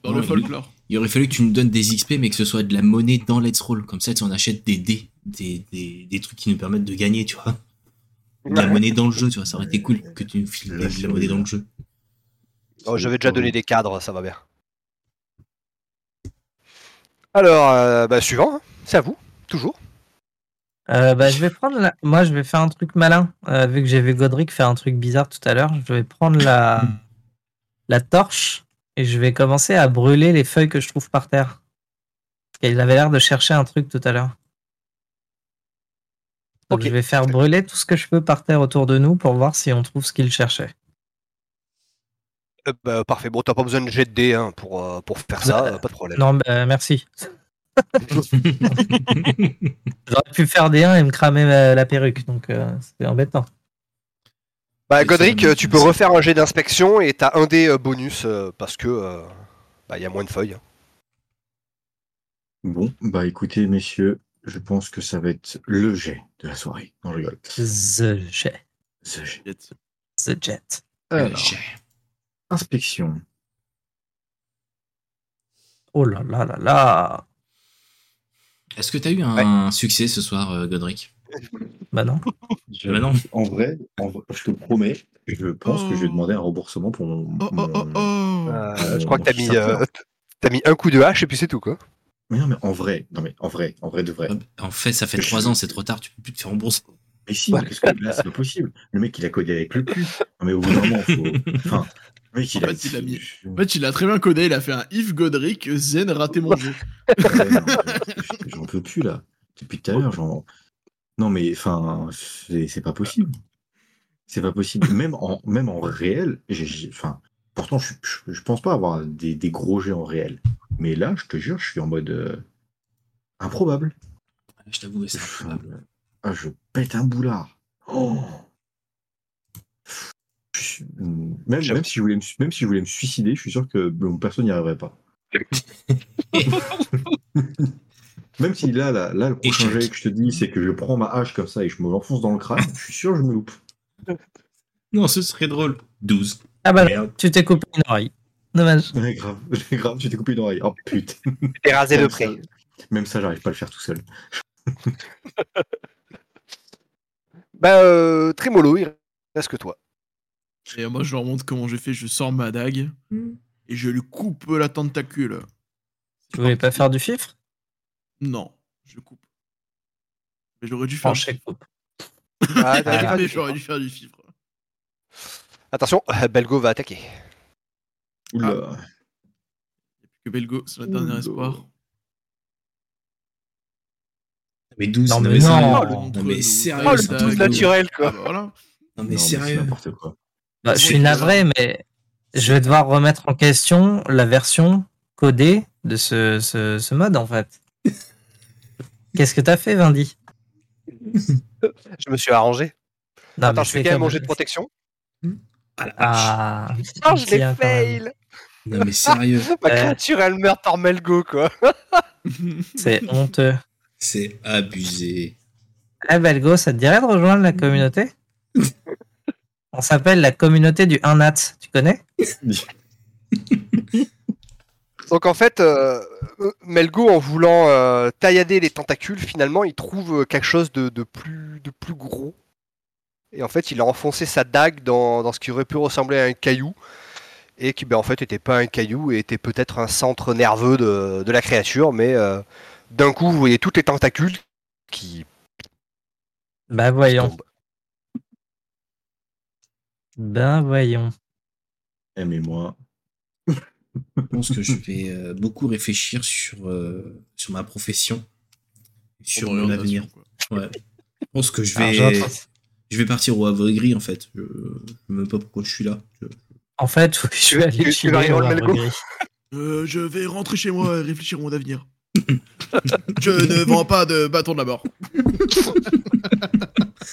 F: Dans le
A: Oui.
F: folklore.
A: Il aurait fallu que tu me donnes des XP, mais que ce soit de la monnaie dans Let's Roll. Comme ça, tu en achètes des dés, des, des, des trucs qui nous permettent de gagner, tu vois. De la monnaie dans le jeu, tu vois. Ça aurait été cool que tu nous files des- de la monnaie dans le jeu.
B: Oh, J'avais déjà donné des cadres, ça va bien. Alors, euh, bah, suivant, hein. c'est à vous, toujours.
E: Euh, bah, je vais prendre la... Moi, je vais faire un truc malin. Euh, vu que j'ai vu Godric faire un truc bizarre tout à l'heure, je vais prendre la... la torche et je vais commencer à brûler les feuilles que je trouve par terre. Et il avait l'air de chercher un truc tout à l'heure. Donc,
B: Ok.
E: Je vais faire brûler tout ce que je peux par terre autour de nous pour voir si on trouve ce qu'il cherchait.
B: Euh, bah, parfait, bon, t'as pas besoin de jet de dés hein, pour, euh, pour faire *laughs* ça, euh, pas de problème.
E: Non, bah, merci. J'aurais pu faire des 1 et me cramer ma- la perruque, donc euh, c'était embêtant.
B: Bah,
A: Et
B: Godric,
A: ça va bien,
B: euh, tu
A: ça.
B: peux refaire un jet d'inspection et t'as un dé euh, bonus euh, parce que euh, bah, il y a moins de feuilles.
D: Bon, bah écoutez, messieurs, je pense que ça va être le jet de la soirée. Non, je rigole.
E: The Jet.
D: Ce jet.
E: The Jet.
A: Euh,
D: Alors,
A: j'ai-
D: inspection.
E: Oh là là là là
A: Est-ce que t'as eu un succès ce soir, euh, Godric
E: Bah non.
D: Je-
A: Bah non.
D: En vrai, en vrai, je te promets, je pense que je vais
F: Oh.
D: demander un remboursement pour mon.
F: Oh oh oh
D: mon-
F: oh
B: Euh, je crois que t'as
D: Bon,
B: mis,
D: ça va.
B: euh, *laughs* t'as mis un coup de hache et puis c'est tout quoi.
D: Mais non, mais en vrai, non mais en vrai, en vrai de vrai.
A: Ah bah, En fait, ça fait trois ans, c'est trop tard, tu peux plus te faire rembourser.
D: Mais si, parce que là, c'est pas possible. Le mec, il a codé avec le cul. Non, mais au bout d'un moment, faut.
F: *laughs*
D: Enfin, le mec, il
F: En
D: a.
F: fait, il a mis- En fait, il a très bien codé, il a fait un Yves Godric, Zen, raté mon jeu.
D: Ouais, non, mais J'en peux plus, là. Depuis tout à l'heure, j'en. Non, mais enfin, c'est c'est pas possible. C'est pas possible. Même en, même en réel, j'ai- j'ai- enfin, pourtant, je, je, je pense pas avoir des, des gros jets en réel. Mais là, je te jure, je suis en mode. euh, improbable.
A: Ah, Je t'avoue, c'est
D: Je-
A: improbable.
D: Ah, je pète un boulard. Oh. Je suis- Même, même, si je voulais me, su- même si je voulais me suicider, je suis sûr que bon, personne n'y arriverait *laughs* pas. même si là, là, là, le prochain
A: Échec.
D: jet que je te dis, c'est que je prends ma hache comme ça et je me l'enfonce dans le crâne, je suis sûr que je me loupe.
A: *laughs* Non, ce serait drôle. 12.
E: Ah bah
A: Merde.
E: tu t'es coupé une oreille. Dommage.
D: Ouais, grave, *laughs* grave, tu t'es coupé une oreille. Oh putain.
B: T'es rasé de
D: Même
B: près.
D: ça- Même ça, j'arrive pas à le faire tout seul.
B: Bah euh, Trémolo, il reste que toi.
F: Et moi, je leur montre comment j'ai fait, je sors ma dague et je lui coupe la tentacule.
E: Tu voulais pas faire du chiffre
F: Non, je coupe. Mais j'aurais dû faire.
E: Franchement, coupe.
B: Ah, t'as
F: Mais
B: dit-
F: J'aurais dû faire du chiffre.
B: Attention, *laughs* euh, Belgo va attaquer.
D: Oula.
F: Que Belgo, c'est notre dernier
B: *laughs*
D: Ouh.
F: espoir.
A: Mais 12,
E: Non,
A: non,
E: mais
A: mais
E: non.
A: sérieux.
E: Oh,
F: le
A: Non,
F: montre,
A: mais
F: nous.
A: sérieux.
F: Oh, le
A: c'est un
F: tout
A: truc de ouf.
B: naturel
F: Ah, bah, voilà.
A: Non,
D: Non,
A: mais
D: mais c'est
A: sérieux.
D: n'importe quoi.
E: Bah, je suis
A: Oui.
E: navré, mais je vais devoir remettre en question la version codée de ce, ce, ce mode en fait. Qu'est-ce que t'as fait, Vindy
B: *laughs* Je me suis arrangé.
E: non,
B: Attends,
E: mais
B: je fais
E: c'est
B: quand même
E: comme-
B: mon jet de protection.
E: Ah,
B: Ah, je l'ai
E: tiens, quand même.
B: fail
A: Non, mais sérieux.
B: Ma
E: Euh.
B: créature, elle meurt par Melgo quoi.
E: C'est honteux.
A: C'est abusé.
E: Eh Belgo, ça te dirait de rejoindre la communauté On s'appelle la communauté du 1 nat, tu connais
B: Donc en fait, euh, euh, Melgo, en voulant euh, taillader les tentacules, finalement, il trouve euh, quelque chose de, de plus, de plus gros. Et en fait, il a enfoncé sa dague dans, dans ce qui aurait pu ressembler à un caillou. Et qui, ben, en fait, n'était pas un caillou et était peut-être un centre nerveux de, de la créature. Mais euh, d'un coup, vous voyez toutes les tentacules qui
E: Bah voyons,
B: tombent.
E: ben voyons.
D: Eh, mais moi.
A: Je pense *laughs* que je vais euh, beaucoup réfléchir sur, euh, sur ma profession. Sur
F: Pour
D: euh,
A: mon
F: l'orientation,
A: avenir.
F: quoi.
A: Ouais. Je pense que je
E: Alors,
A: vais,
E: j'entends-
A: je vais partir au Havre Gris, en fait. Je ne sais même pas pourquoi je suis là. Je-
E: En fait, *laughs* faut que je
B: Tu-
E: vais aller
B: tu
E: chiller
B: vas aller
E: au
B: voir le
E: Havre
B: Belgo.
E: Gris.
F: Euh, je vais rentrer chez moi et réfléchir à
D: *laughs*
F: mon avenir. je ne vends pas de bâton de la mort.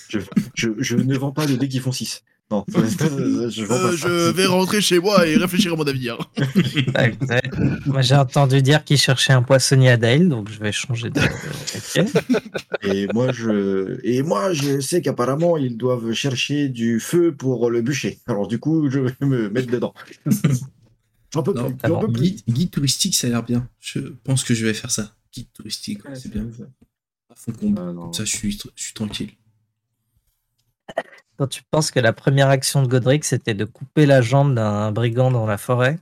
D: Je, je- je ne vends pas les dés qui font 6. Non, ça- ça- ça- je vois
F: Euh,
D: pas *laughs* ça.
F: je vais rentrer chez moi et réfléchir à mon avenir.
E: Ouais, vous savez, *laughs* Moi, j'ai entendu dire qu'il cherchait un poissonnier à Dale, donc je vais changer de. Ok.
D: Et moi, je... Et moi, je sais qu'apparemment, ils doivent chercher du feu pour le bûcher. Alors, du coup, je vais me mettre dedans. *laughs* J'en peux
A: Non,
D: plus.
E: avant,
D: J'en peux plus.
A: Guide, guide touristique, ça a l'air bien. Je pense que je vais faire ça. Guide touristique, ouais, c'est bien. À fond combo.
D: Ah, non.
A: Comme ça, je suis, je suis tranquille.
E: Quand tu penses que la première action de Godric, c'était de couper la jambe d'un brigand dans la forêt,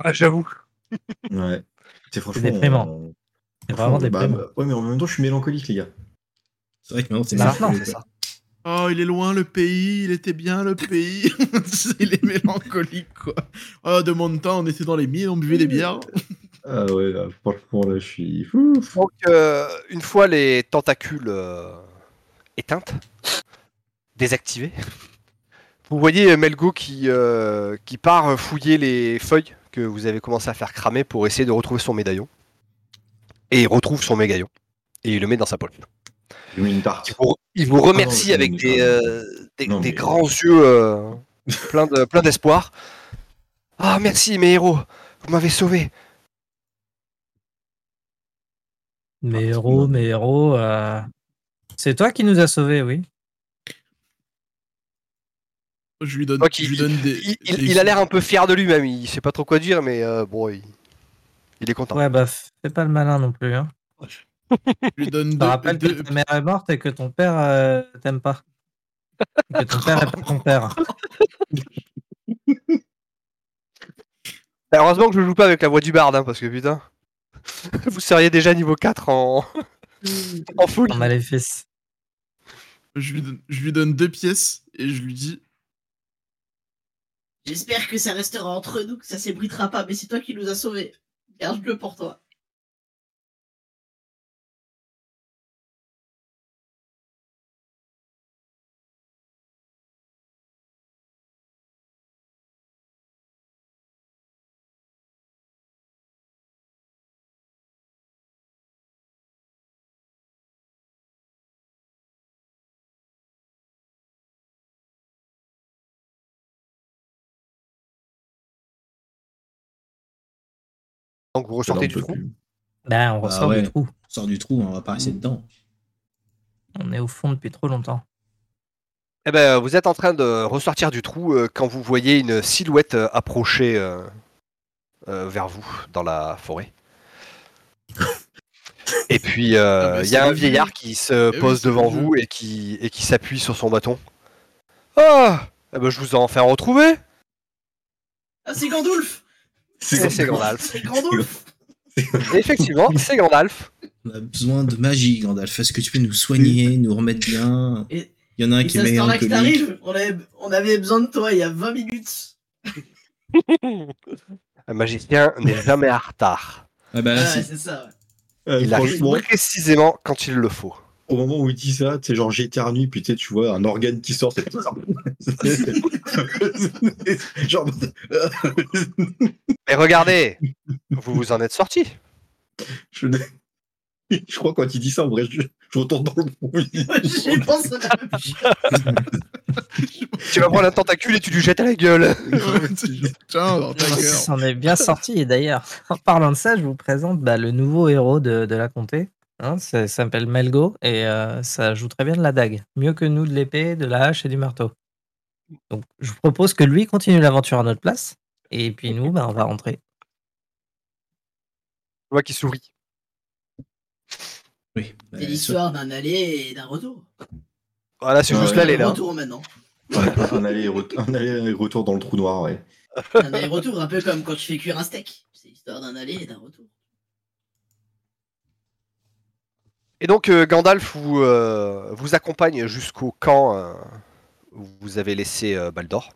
B: Ah, J'avoue.
D: Ouais. C'est franchement.
E: déprimant.
D: on-
E: c'est vraiment
D: bah,
E: déprimant.
D: bah, ouais, mais en même temps, je suis mélancolique, les gars.
A: C'est vrai que maintenant, c'est
E: Maintenant,
A: marrant.
E: c'est ça.
F: Oh, il est loin le pays, il était bien le pays. *laughs* il est mélancolique quoi. Oh, de mon temps, on était dans les mines, on buvait des bières.
D: Ah ouais, là, franchement, là, je suis. fou.
B: Donc, euh, une fois les tentacules euh, éteintes, désactivées, *laughs* vous voyez Melgo qui, euh, qui part fouiller les feuilles que vous avez commencé à faire cramer pour essayer de retrouver son médaillon. Et il retrouve son médaillon. Et il le met dans sa poche.
D: J'ai mis une tarte.
B: Il vous, il vous remercie
D: Ah non,
B: avec
D: mais-
B: des, euh, des,
D: Non,
B: des
D: mais-
B: grands yeux euh, pleins de- pleins
D: *laughs*
B: d'espoir. ah, merci, mes héros. Vous m'avez sauvé.
E: Mes héros, mes héros. euh, C'est toi qui nous as sauvés, oui.
F: Je lui donne,
B: Ok,
F: je lui donne des.
B: Il, il-
F: des-
B: il a l'air un peu fier de lui-même. Il sait pas trop quoi dire, mais euh, bon, il, il est content.
E: Ouais, bah, fais pas le malin non plus. Hein.
F: Je lui donne
E: Je te
F: deux-
E: rappelle que
F: deux-
E: ta mère est morte et que ton père euh, t'aime pas. Et que ton père est pas ton père.
B: Bah, heureusement que je joue pas avec la voix du barde, hein, parce que putain, *laughs* vous seriez déjà niveau 4 en, en folie.
E: Ton maléfice.
F: je lui donne, je lui donne deux pièces et je lui dis.
G: J'espère que ça restera entre nous, que ça s'ébritera pas, mais c'est toi qui nous as sauvés. Garde-le pour toi.
B: Donc vous ressortez du trou.
E: Ben, on
A: Bah
E: ressort
A: ouais.
E: du trou.
A: On sort du trou, on va pas rester dedans.
E: On est au fond depuis trop longtemps.
B: Eh ben, vous êtes en train de ressortir du trou euh, quand vous voyez une silhouette euh, approcher euh, euh, vers vous dans la forêt. Et puis, euh, il
F: Ah bah,
B: y
F: c'est
B: a un
F: la vue.
B: vieillard qui se
F: oui,
B: pose
F: c'est la
B: devant
F: vue.
B: vous et qui, et qui s'appuie sur son bâton. Ah Eh ben, Je vous ai enfin retrouvé
G: Ah, c'est Gandalf
B: Et C'est
D: grave.
B: Gandalf.
G: C'est Gandalf
B: Et
D: *laughs*
B: effectivement, c'est Gandalf.
A: On a besoin de magie, Gandalf. Est-ce que tu peux nous soigner, nous remettre bien
G: Et-
A: Il y en a un
G: Et
A: qui
G: ça,
A: est
G: c'est
A: meilleur
G: là que
A: que lui.
G: t'arrives on avait, on avait besoin de toi il y a 20 minutes.
B: Un magicien n'est jamais en retard.
A: Ah bah,
G: ouais,
A: c'est-
G: c'est ça. ouais.
B: *laughs* Il arrive
D: Euh, franchement,
B: précisément quand il le faut.
D: au moment où il dit ça, tu sais, genre j'éternue, puis tu sais, tu vois un organe qui sort, c'est.
G: *laughs*
D: genre.
B: Mais regardez Vous vous en êtes sorti
D: Je... je crois que quand il dit ça, en vrai, je, je retourne dans le
G: Moi, J'y
D: monde.
G: pense à la
B: *laughs*
G: même chose.
B: Tu vas prendre un tentacule et tu lui jettes à la gueule
F: Tiens, dans
E: *laughs*
F: ta
E: On
F: gueule.
E: s'en est bien sorti. Et d'ailleurs, en parlant de ça, je vous présente bah, le nouveau héros de, de la comté. Hein, ça ça s'appelle Melgo et euh, ça joue très bien de la dague. Mieux que nous de l'épée, de la hache et du marteau. Donc, je vous propose que lui continue l'aventure à notre place. Et puis nous, bah, on va rentrer.
B: Je vois qu'il sourit.
A: oui.
G: C'est
A: Euh,
G: l'histoire d'un aller et d'un retour.
B: Voilà, c'est
D: Ah
B: juste
D: ouais.
B: l'aller
G: Un
B: là.
G: retour maintenant.
D: un aller-retour aller dans le trou noir, ouais.
G: Un aller-retour, un peu comme quand tu fais cuire un steak. C'est l'histoire d'un aller et d'un retour.
B: Et donc euh, Gandalf vous, euh, vous accompagne jusqu'au camp euh, où vous avez laissé euh, Baldor.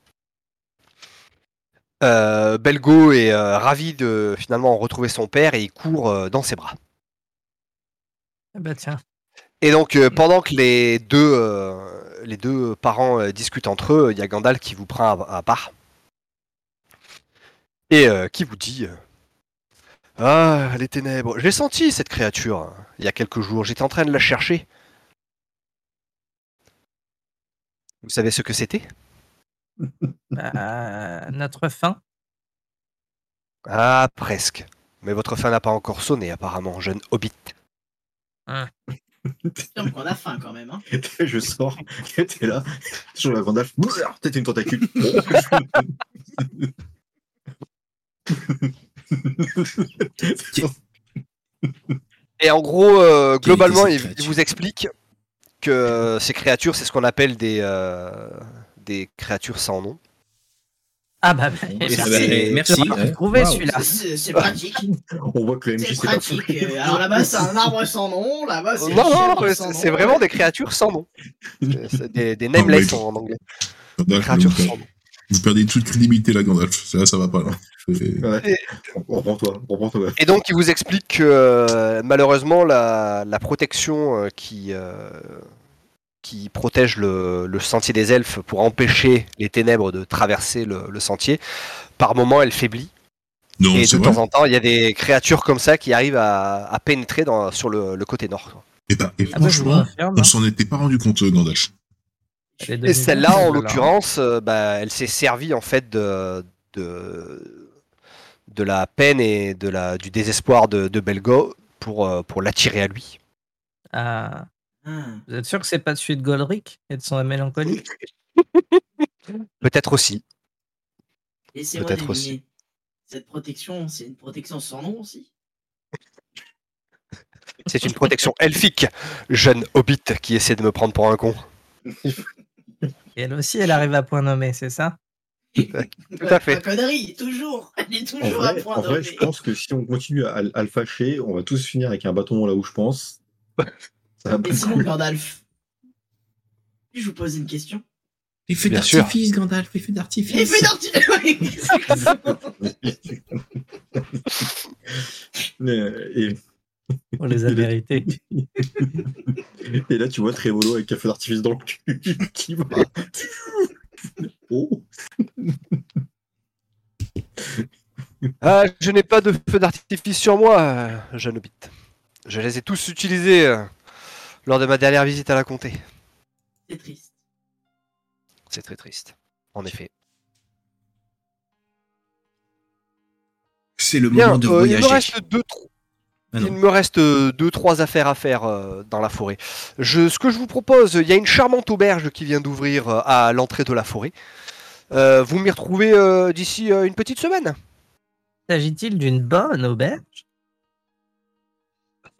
B: Euh, Belgo est euh, ravi de finalement retrouver son père et il court euh, dans ses bras.
E: Ah bah tiens.
B: Et donc euh, pendant que les deux, euh, les deux parents euh, discutent entre eux, il y a Gandalf qui vous prend à, à part et euh, qui vous dit euh, Ah, les ténèbres, j'ai senti cette créature hein, il y a quelques jours, j'étais en train de la chercher. Vous savez ce que c'était
E: Euh, notre fin.
B: Ah, presque. Mais votre fin n'a pas encore sonné, apparemment, jeune hobbit.
G: Putain, mais qu'on a faim quand même. Hein.
D: *laughs* je sors, t'es là, sur la *laughs* bandage, peut-être une
G: *laughs*
D: tentacule.
B: Et en gros, euh,
A: Quelle était
B: globalement,
A: cette
B: il, il
A: créature
B: vous explique que euh, ces créatures, c'est ce qu'on appelle des, euh, des créatures sans nom.
E: Ah bah,
B: ça
E: merci.
B: va.
E: J'ai
B: c'est-
A: merci. ouais.
E: trouvé
D: Waouh.
E: celui-là.
G: C'est c'est pratique.
D: On voit que le MJ,
G: C'est
D: c'est pas fou.
G: pratique. euh,
B: *laughs*
G: Alors là-bas, c'est un arbre sans nom. Là-bas, c'est.
B: Non, non,
G: un chèvre
B: non,
G: sans
B: c'est
G: nom.
B: c'est vraiment des créatures sans nom. C'est- c'est Des, des nameless en anglais. Des
H: Gandalf,
B: créatures
H: vous,
B: sans nom.
H: vous perdez toute crédibilité là, Gandalf. Là, ça va pas. Là. C'est-
D: Reprends-toi, reprends-toi.
B: Et donc, il vous explique que euh, malheureusement, la, la protection euh, qui, euh, qui protège le, le sentier des elfes pour empêcher les ténèbres de traverser le, le sentier, par moment, elle faiblit.
H: Non,
B: et
H: c'est
B: de
H: vrai.
B: temps en temps, il y a des créatures comme ça qui arrivent à, à pénétrer dans, sur le, le côté nord.
H: Et bah, et
E: Ah bah, je vous
H: franchement,
E: confirme.
H: on s'en était pas rendu compte, euh, Gandalf.
E: Elle est
B: Et
E: devenue
B: celle-là,
E: grande,
B: en
E: celle-là.
B: l'occurrence, euh, bah, elle s'est servie en fait de, de, de la peine et de la, du désespoir de, de Belgo pour, euh, pour l'attirer à lui.
E: Ah,
G: Ah.
E: vous êtes sûr que c'est pas celui de Goldrick et de son mélancolie
B: Peut-être aussi.
G: Laissez-moi
B: Peut-être
G: deviner.
B: aussi.
G: Cette protection, c'est une protection sans nom aussi.
B: C'est une protection elfique, jeune hobbit qui essaie de me prendre pour un con.
E: Et elle aussi, elle arrive à point nommé, c'est ça
B: Tout à fait.
G: La connerie, toujours. *laughs* Elle est
D: En
G: toujours à
D: vrai,
G: point
D: en vrai,
G: nommé.
D: je pense que si on continue à, à le fâcher, on va tous finir avec un bâton là où je pense. Ça va pas
G: Et
D: être
G: sinon,
D: cool.
G: Gandalf, je vous pose une question.
I: Les feux
B: Bien sûr.
I: d'artifice, Gandalf, les feux
G: Les
I: d'artifice.
G: feux *laughs* d'artifice
D: Euh, Et,
E: On les a mérités.
D: et là, tu vois Trévolo avec un feu d'artifice dans le cul *laughs* qui va. Oh.
B: Ah, je n'ai pas de feu d'artifice sur moi, euh, jeune hobbit. Je les ai tous utilisés euh, lors de ma dernière visite à la comté.
G: C'est triste.
B: C'est très triste. En effet.
A: C'est le
B: Bien,
A: moment de
B: euh, il,
A: voyager.
B: me reste deux, tro-
A: Ah non.
B: il me reste euh, deux, trois affaires à faire euh, dans la forêt. Je, ce que je vous propose, il y a une charmante auberge qui vient d'ouvrir euh, à l'entrée de la forêt. Euh, vous m'y retrouvez euh, d'ici euh, une petite semaine.
E: S'agit-il d'une bonne auberge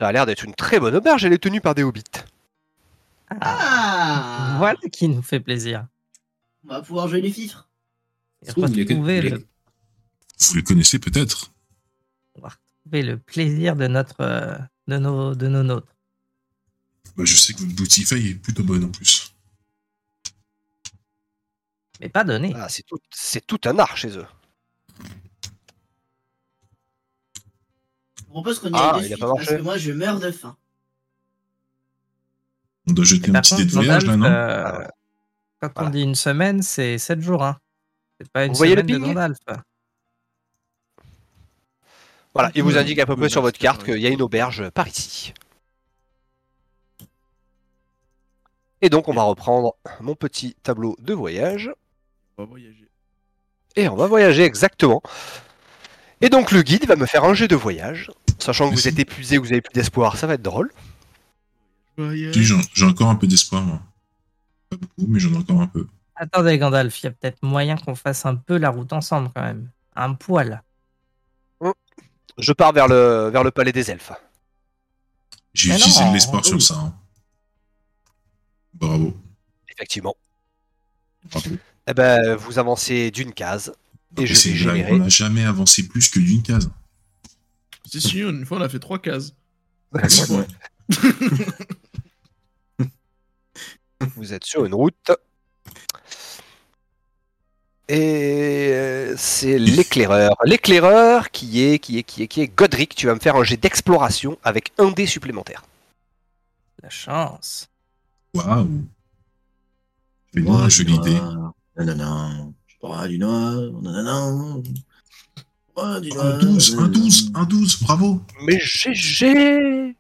B: Ça a l'air d'être une très bonne auberge, elle est tenue par des hobbits.
G: Ah
E: Voilà qui nous fait plaisir.
G: On va pouvoir jouer les fifres.
E: Et
A: Vous les-
E: retrouver
A: vous les-
E: le,
H: Vous les connaissez peut-être.
E: on va retrouver le plaisir de notre euh, de nos de nos nôtres.
H: Bah, je sais que votre boutifeuille est plutôt bonne en plus.
E: Mais pas donné.
B: Ah, c'est tout, c'est tout un art chez eux.
G: Je propose qu'on y
B: Ah,
G: aille
B: il
G: de
B: a
G: suite,
B: pas
G: parce
B: marché.
G: que moi, je meurs de faim.
H: On doit jeter
E: Et
H: un
E: par
H: petit dé
E: contre,
H: de voyage là,
E: Gandalf,
H: non
E: euh,
B: Ah,
E: quand
B: voilà.
E: on dit une semaine, c'est 7 jours. Hein. C'est pas une
B: Vous voyez le
E: semaine de
B: ping
E: Gandalf.
B: Voilà, il vous
F: Ouais,
B: indique à peu près sur
F: auberge,
B: votre carte
F: ouais.
B: qu'il y a une auberge par ici. Et donc on va reprendre mon petit tableau de voyage.
F: On va voyager.
B: Et on va voyager exactement. Et donc le guide va me faire un jet de voyage. Sachant que vous êtes épuisé, que vous avez plus d'espoir, ça va être drôle.
H: Si, j'en- J'ai encore un peu d'espoir. moi. Pas beaucoup, mais j'en ai encore un peu.
E: Attendez, Gandalf, il y a peut-être moyen qu'on fasse un peu la route ensemble quand même. Un poil.
B: Je pars vers le, vers le palais des elfes.
H: J'ai
E: Mais
H: utilisé
E: non,
H: de l'espoir
E: oui.
H: sur ça. hein. Bravo.
B: Effectivement.
H: Bravo.
B: Eh ben, vous avancez d'une case. Et
H: Non,
B: je
H: mais c'est
B: vais
H: une blague,
B: générer.
H: On n'a jamais avancé plus que d'une case.
F: Si, si, une fois, on a fait trois cases.
H: Ouais.
B: Vous êtes sur une route. Et euh, c'est l'éclaireur. L'éclaireur qui est, qui est, qui est, qui est Godric. Tu vas me faire un jet d'exploration avec un dé supplémentaire.
E: La chance.
H: Waouh. C'est une jolie idée.
D: Nanana. Bois du noir, nanana. Bois du
H: Un
D: noir, euh,
H: 12, un
D: nanana.
H: 12, un 12, bravo.
B: Mais GG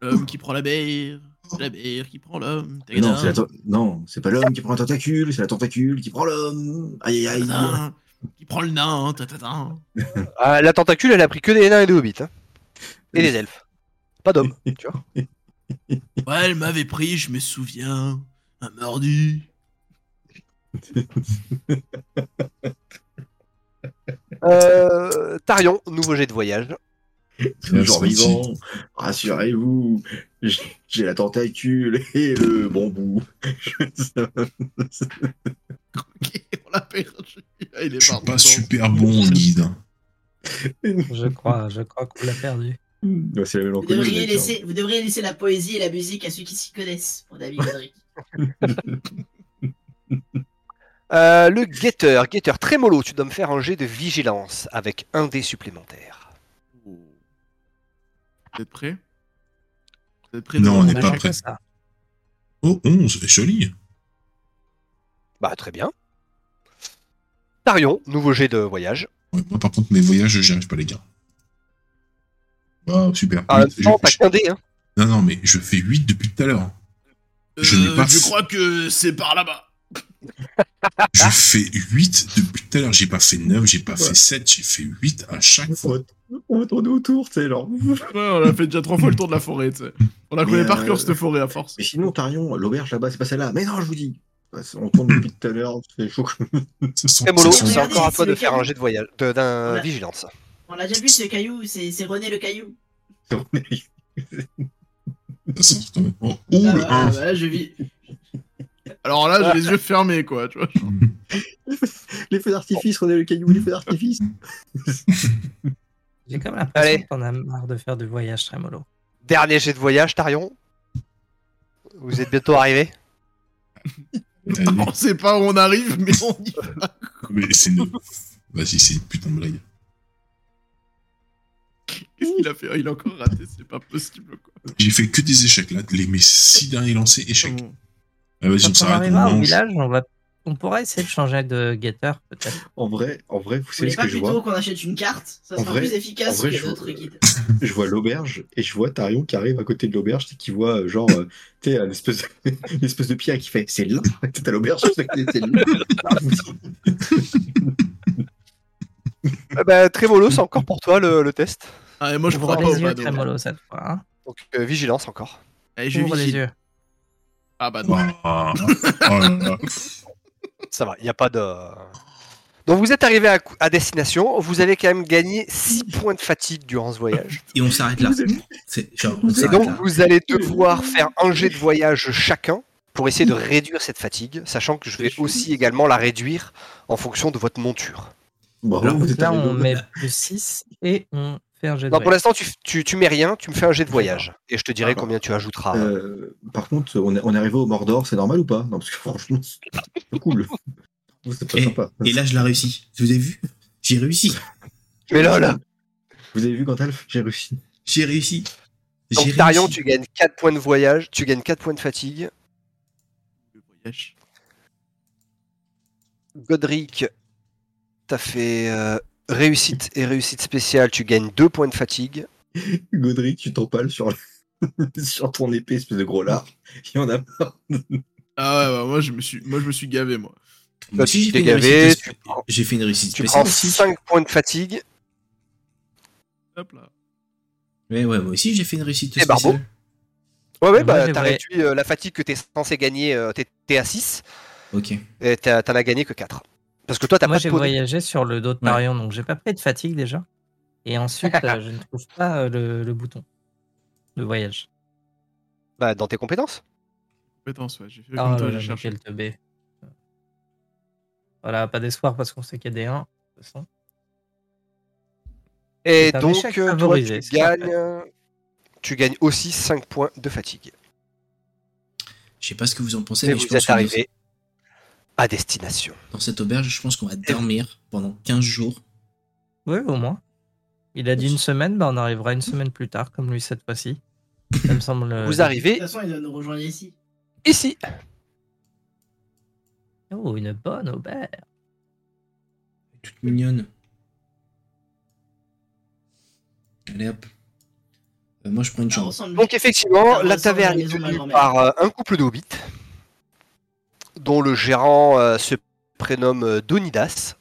F: L'homme qui prend la bière. C'est la bière qui prend l'homme.
D: Mais non,
F: Tagada,
D: c'est la to- non, c'est pas l'homme qui prend un tentacule, c'est la tentacule qui prend l'homme. Aïe aïe aïe.
F: tagada, Qui prend le nain, tatatin.
B: Ah, la tentacule, elle a pris que des nains et des hobbits. hein. Et des elfes. Pas *laughs* d'hommes, tu vois.
F: Ouais, elle m'avait pris, je me souviens. Un mordu.
B: Euh, Tarion, nouveau jet de voyage.
D: Toujours
H: c'est
D: vivant. Rassurez-vous, j'ai- j'ai la tentacule et le *laughs* bambou.
F: Ok, on l'a perdu. Ah, Il
H: Je
F: est
H: suis
F: parti.
H: pas super bon en guide. hein.
E: Je crois, je crois qu'on l'a perdu.
D: Ouais, c'est la
G: Vous
D: mélancolie.
G: devriez,
D: mec, hein. *laughs*
G: laisser, vous devriez laisser la poésie et la musique à ceux qui s'y connaissent, mon ami Godric.
B: Euh, le guetteur, guetteur très mollo, tu dois me faire un jet de vigilance avec un dé supplémentaire.
F: Vous êtes prêts Vous êtes prêts
H: Non, on
F: tout
H: n'est
F: le
H: pas
F: monde
H: prêt. Oh, 11, joli.
B: Bah très bien. Tarion, nouveau jet de voyage.
H: Ouais, moi, par contre, mes voyages, j'y arrive pas, les gars. Waouh, super.
B: En même
H: Huit,
B: temps, t'as
H: je-
B: Ah, qu'un dé, hein.
H: je- Non, non, mais je fais 8 depuis tout à l'heure. Je n'ai
F: Euh,
H: pas
F: je
H: f-
F: crois que c'est par là-bas.
H: Je fais 8 depuis tout à l'heure. J'ai pas fait 9, j'ai pas fait 7, j'ai fait 8 à chaque
D: On
H: fois.
D: va, on va tourner autour, tu sais, genre.
F: Ouais, on a fait déjà trois fois le tour de la forêt, tu sais. On la
D: Mais,
F: connaît par
D: euh,
F: cœur, cette forêt, à force.
D: *laughs* Mais sinon, Tarion, l'auberge là-bas, c'est pas celle-là. Mais non, je vous dis. Ouais, c'est- On tourne depuis tout à l'heure, c'est chaud.
H: Ça sent-
B: Très mollo,
H: ça sent-
B: c'est encore à toi de
G: Regardez, c'est
B: faire un
G: le
B: jet de voyage, de- d'un
G: Ouais.
B: vigilance.
G: On l'a déjà vu ce caillou, c'est c'est René le caillou.
H: ça sent quand même. Oh,
D: *laughs*
H: oh, le
G: Ah,
H: un.
G: bah, là, je vis.
F: Alors
D: Ah.
F: là, j'ai les yeux fermés, quoi, tu vois.
D: les feux d'artifice, on est le caillou, les feux d'artifice.
E: J'ai comme
B: Allez.
E: l'impression qu'on a marre de faire du voyage très mollo.
B: Dernier jet de voyage, Tarion. Vous êtes bientôt arrivé.
H: Allez,
F: On sait pas où on arrive, mais on y
H: mais c'est une... Vas-y, c'est une putain de blague.
F: Qu'est-ce qu'il a fait Il a encore raté, c'est pas possible, quoi.
H: J'ai fait que des échecs là. Les, mes 6 derniers lancers, échecs. Ah, vas-y, on
E: Quand on
H: s'arrête.
E: arrivera
H: on
E: au
H: mange.
E: village, on, va... on pourra essayer de changer de guetteur, peut-être.
D: En vrai, en vrai, vous
G: Vous
D: savez
G: voulez
D: ce
G: pas
D: que je vois
G: plutôt qu'on achète une carte Ça
D: En
G: sera
D: vrai-
G: plus
D: en
G: efficace
D: vrai,
G: que
D: je-
G: notre guide.
D: Je vois l'auberge et je vois Tarion qui arrive à côté de l'auberge et qui voit euh, genre, euh, *laughs* tu sais, l'espèce de... *laughs* l'espèce de pierre qui fait c'est là, *laughs* t'es à l'auberge, c'est c'est *laughs* là.
B: *laughs* Euh, bah, très mollo, c'est encore pour toi le, le test.
F: Ah, et moi, je
E: Ouvre
F: crois pas
E: les
F: au
E: yeux,
F: bado.
E: très mollo cette fois. Hein.
B: Donc euh, vigilance encore.
F: Allez, je
E: Ouvre les
F: Eh, vigile.
E: yeux.
F: Ah, bah non.
H: Ah, oh là là.
B: Ça va, il n'y a pas de. Donc vous êtes arrivé à, à destination, vous avez quand même gagné 6 points de fatigue durant ce voyage.
A: Et on s'arrête là. C'est genre, on
B: Et
A: s'arrête
B: donc
A: là.
B: vous allez devoir faire un jet de voyage chacun pour essayer de réduire cette fatigue, sachant que je vais aussi également la réduire en fonction de votre monture.
D: Bravo,
A: Alors,
D: vous êtes
E: Là,
D: arrivés
E: on
D: au-
E: met plus 6 et on fait un jet de
B: Non, pour
E: voyage.
B: l'instant, tu, tu, tu mets rien, tu me fais un jet de voyage. Et je te dirai
D: D'accord.
B: combien tu ajouteras.
D: Euh, par contre, on est, on est arrivé au Mordor, c'est normal ou pas Non, parce que *laughs* franchement, c'est
E: *laughs*
D: pas cool. C'est pas
A: Eh,
D: sympa.
A: Et là, je l'ai réussi. Vous avez vu J'ai réussi.
B: Mais là, là
D: Vous avez vu quand elle j'ai réussi.
A: J'ai réussi. J'ai
B: Donc, Tarion,
A: réussi.
B: tu gagnes 4 points de voyage, tu gagnes 4 points de fatigue.
F: Le voyage.
B: Godric, t'as fait euh, réussite et réussite spéciale, tu gagnes 2 points de fatigue.
D: Godric, tu t'empales sur, le- *laughs* sur ton épée, espèce de gros lard. Il y en a marre.
F: Ah ouais, bah, moi, je me suis, moi, je me suis gavé, moi.
A: Moi
B: tu
A: aussi, j'ai
B: t'es
A: fait, une
B: gavé,
A: réussite
B: tu
A: spé-
B: prends-
A: j'ai fait une réussite
B: Tu
A: spéciale
B: prends
A: aussi.
B: 5 points de fatigue.
F: Hop là.
A: Ouais, ouais, moi aussi, j'ai fait une réussite
B: Et
A: spéciale.
B: Barbeau. Ouais, ouais,
E: Moi,
B: bah,
E: j'ai
B: t'as
E: vrai-
B: réduit euh, la fatigue que t'es censé gagner, euh, t'es t'es à 6,
A: Ok.
B: et t'as- t'en as gagné que 4. Parce que toi, t'as
E: Moi,
B: pas de
E: j'ai
B: pot de-
E: voyagé sur le dos de
A: Ouais.
E: Marion, donc j'ai pas pris de fatigue déjà. Et *laughs* ensuite, euh, je ne trouve pas euh, le, le bouton de voyage.
B: bah, dans tes compétences.
F: Compétence, ouais. J'ai fait
E: Ah
F: comme toi,
E: là
F: j'ai
E: là, mais
F: cherché.
E: quel teubé. Voilà, pas d'espoir parce qu'on sait qu'il y a des 1. De toute façon.
B: Et
E: C'est un
B: donc,
E: échec
B: euh, toi,
E: favorisé,
B: tu
E: c'est parfait.
B: gagnes, euh, tu gagnes aussi 5 points de fatigue.
A: Je sais pas ce que vous en pensez,
B: Et
A: mais
B: vous
A: je pense
B: êtes
A: que dans-
B: arrivé à destination.
A: dans cette auberge, je pense qu'on va dormir pendant 15 jours.
E: Oui, au moins. Il a dit une semaine, bah on arrivera une semaine plus tard, comme lui cette fois-ci. Ça me semble. euh,
B: Vous
G: De
B: arrivez
G: toute façon, il doit nous rejoindre ici.
B: ici.
E: Oh, une bonne auberge.
A: Toute mignonne. Allez hop. Euh, moi, je
B: Ah,
A: prends une
G: Ça
A: chambre.
G: ressemble
B: Donc effectivement,
G: Ça
B: la
G: ressemble à
B: taverne
G: la
B: est
G: maison de ma
B: tenue
G: grand-mère.
B: par euh, un couple de hobbits, dont le gérant euh, se prénomme euh, Donidas,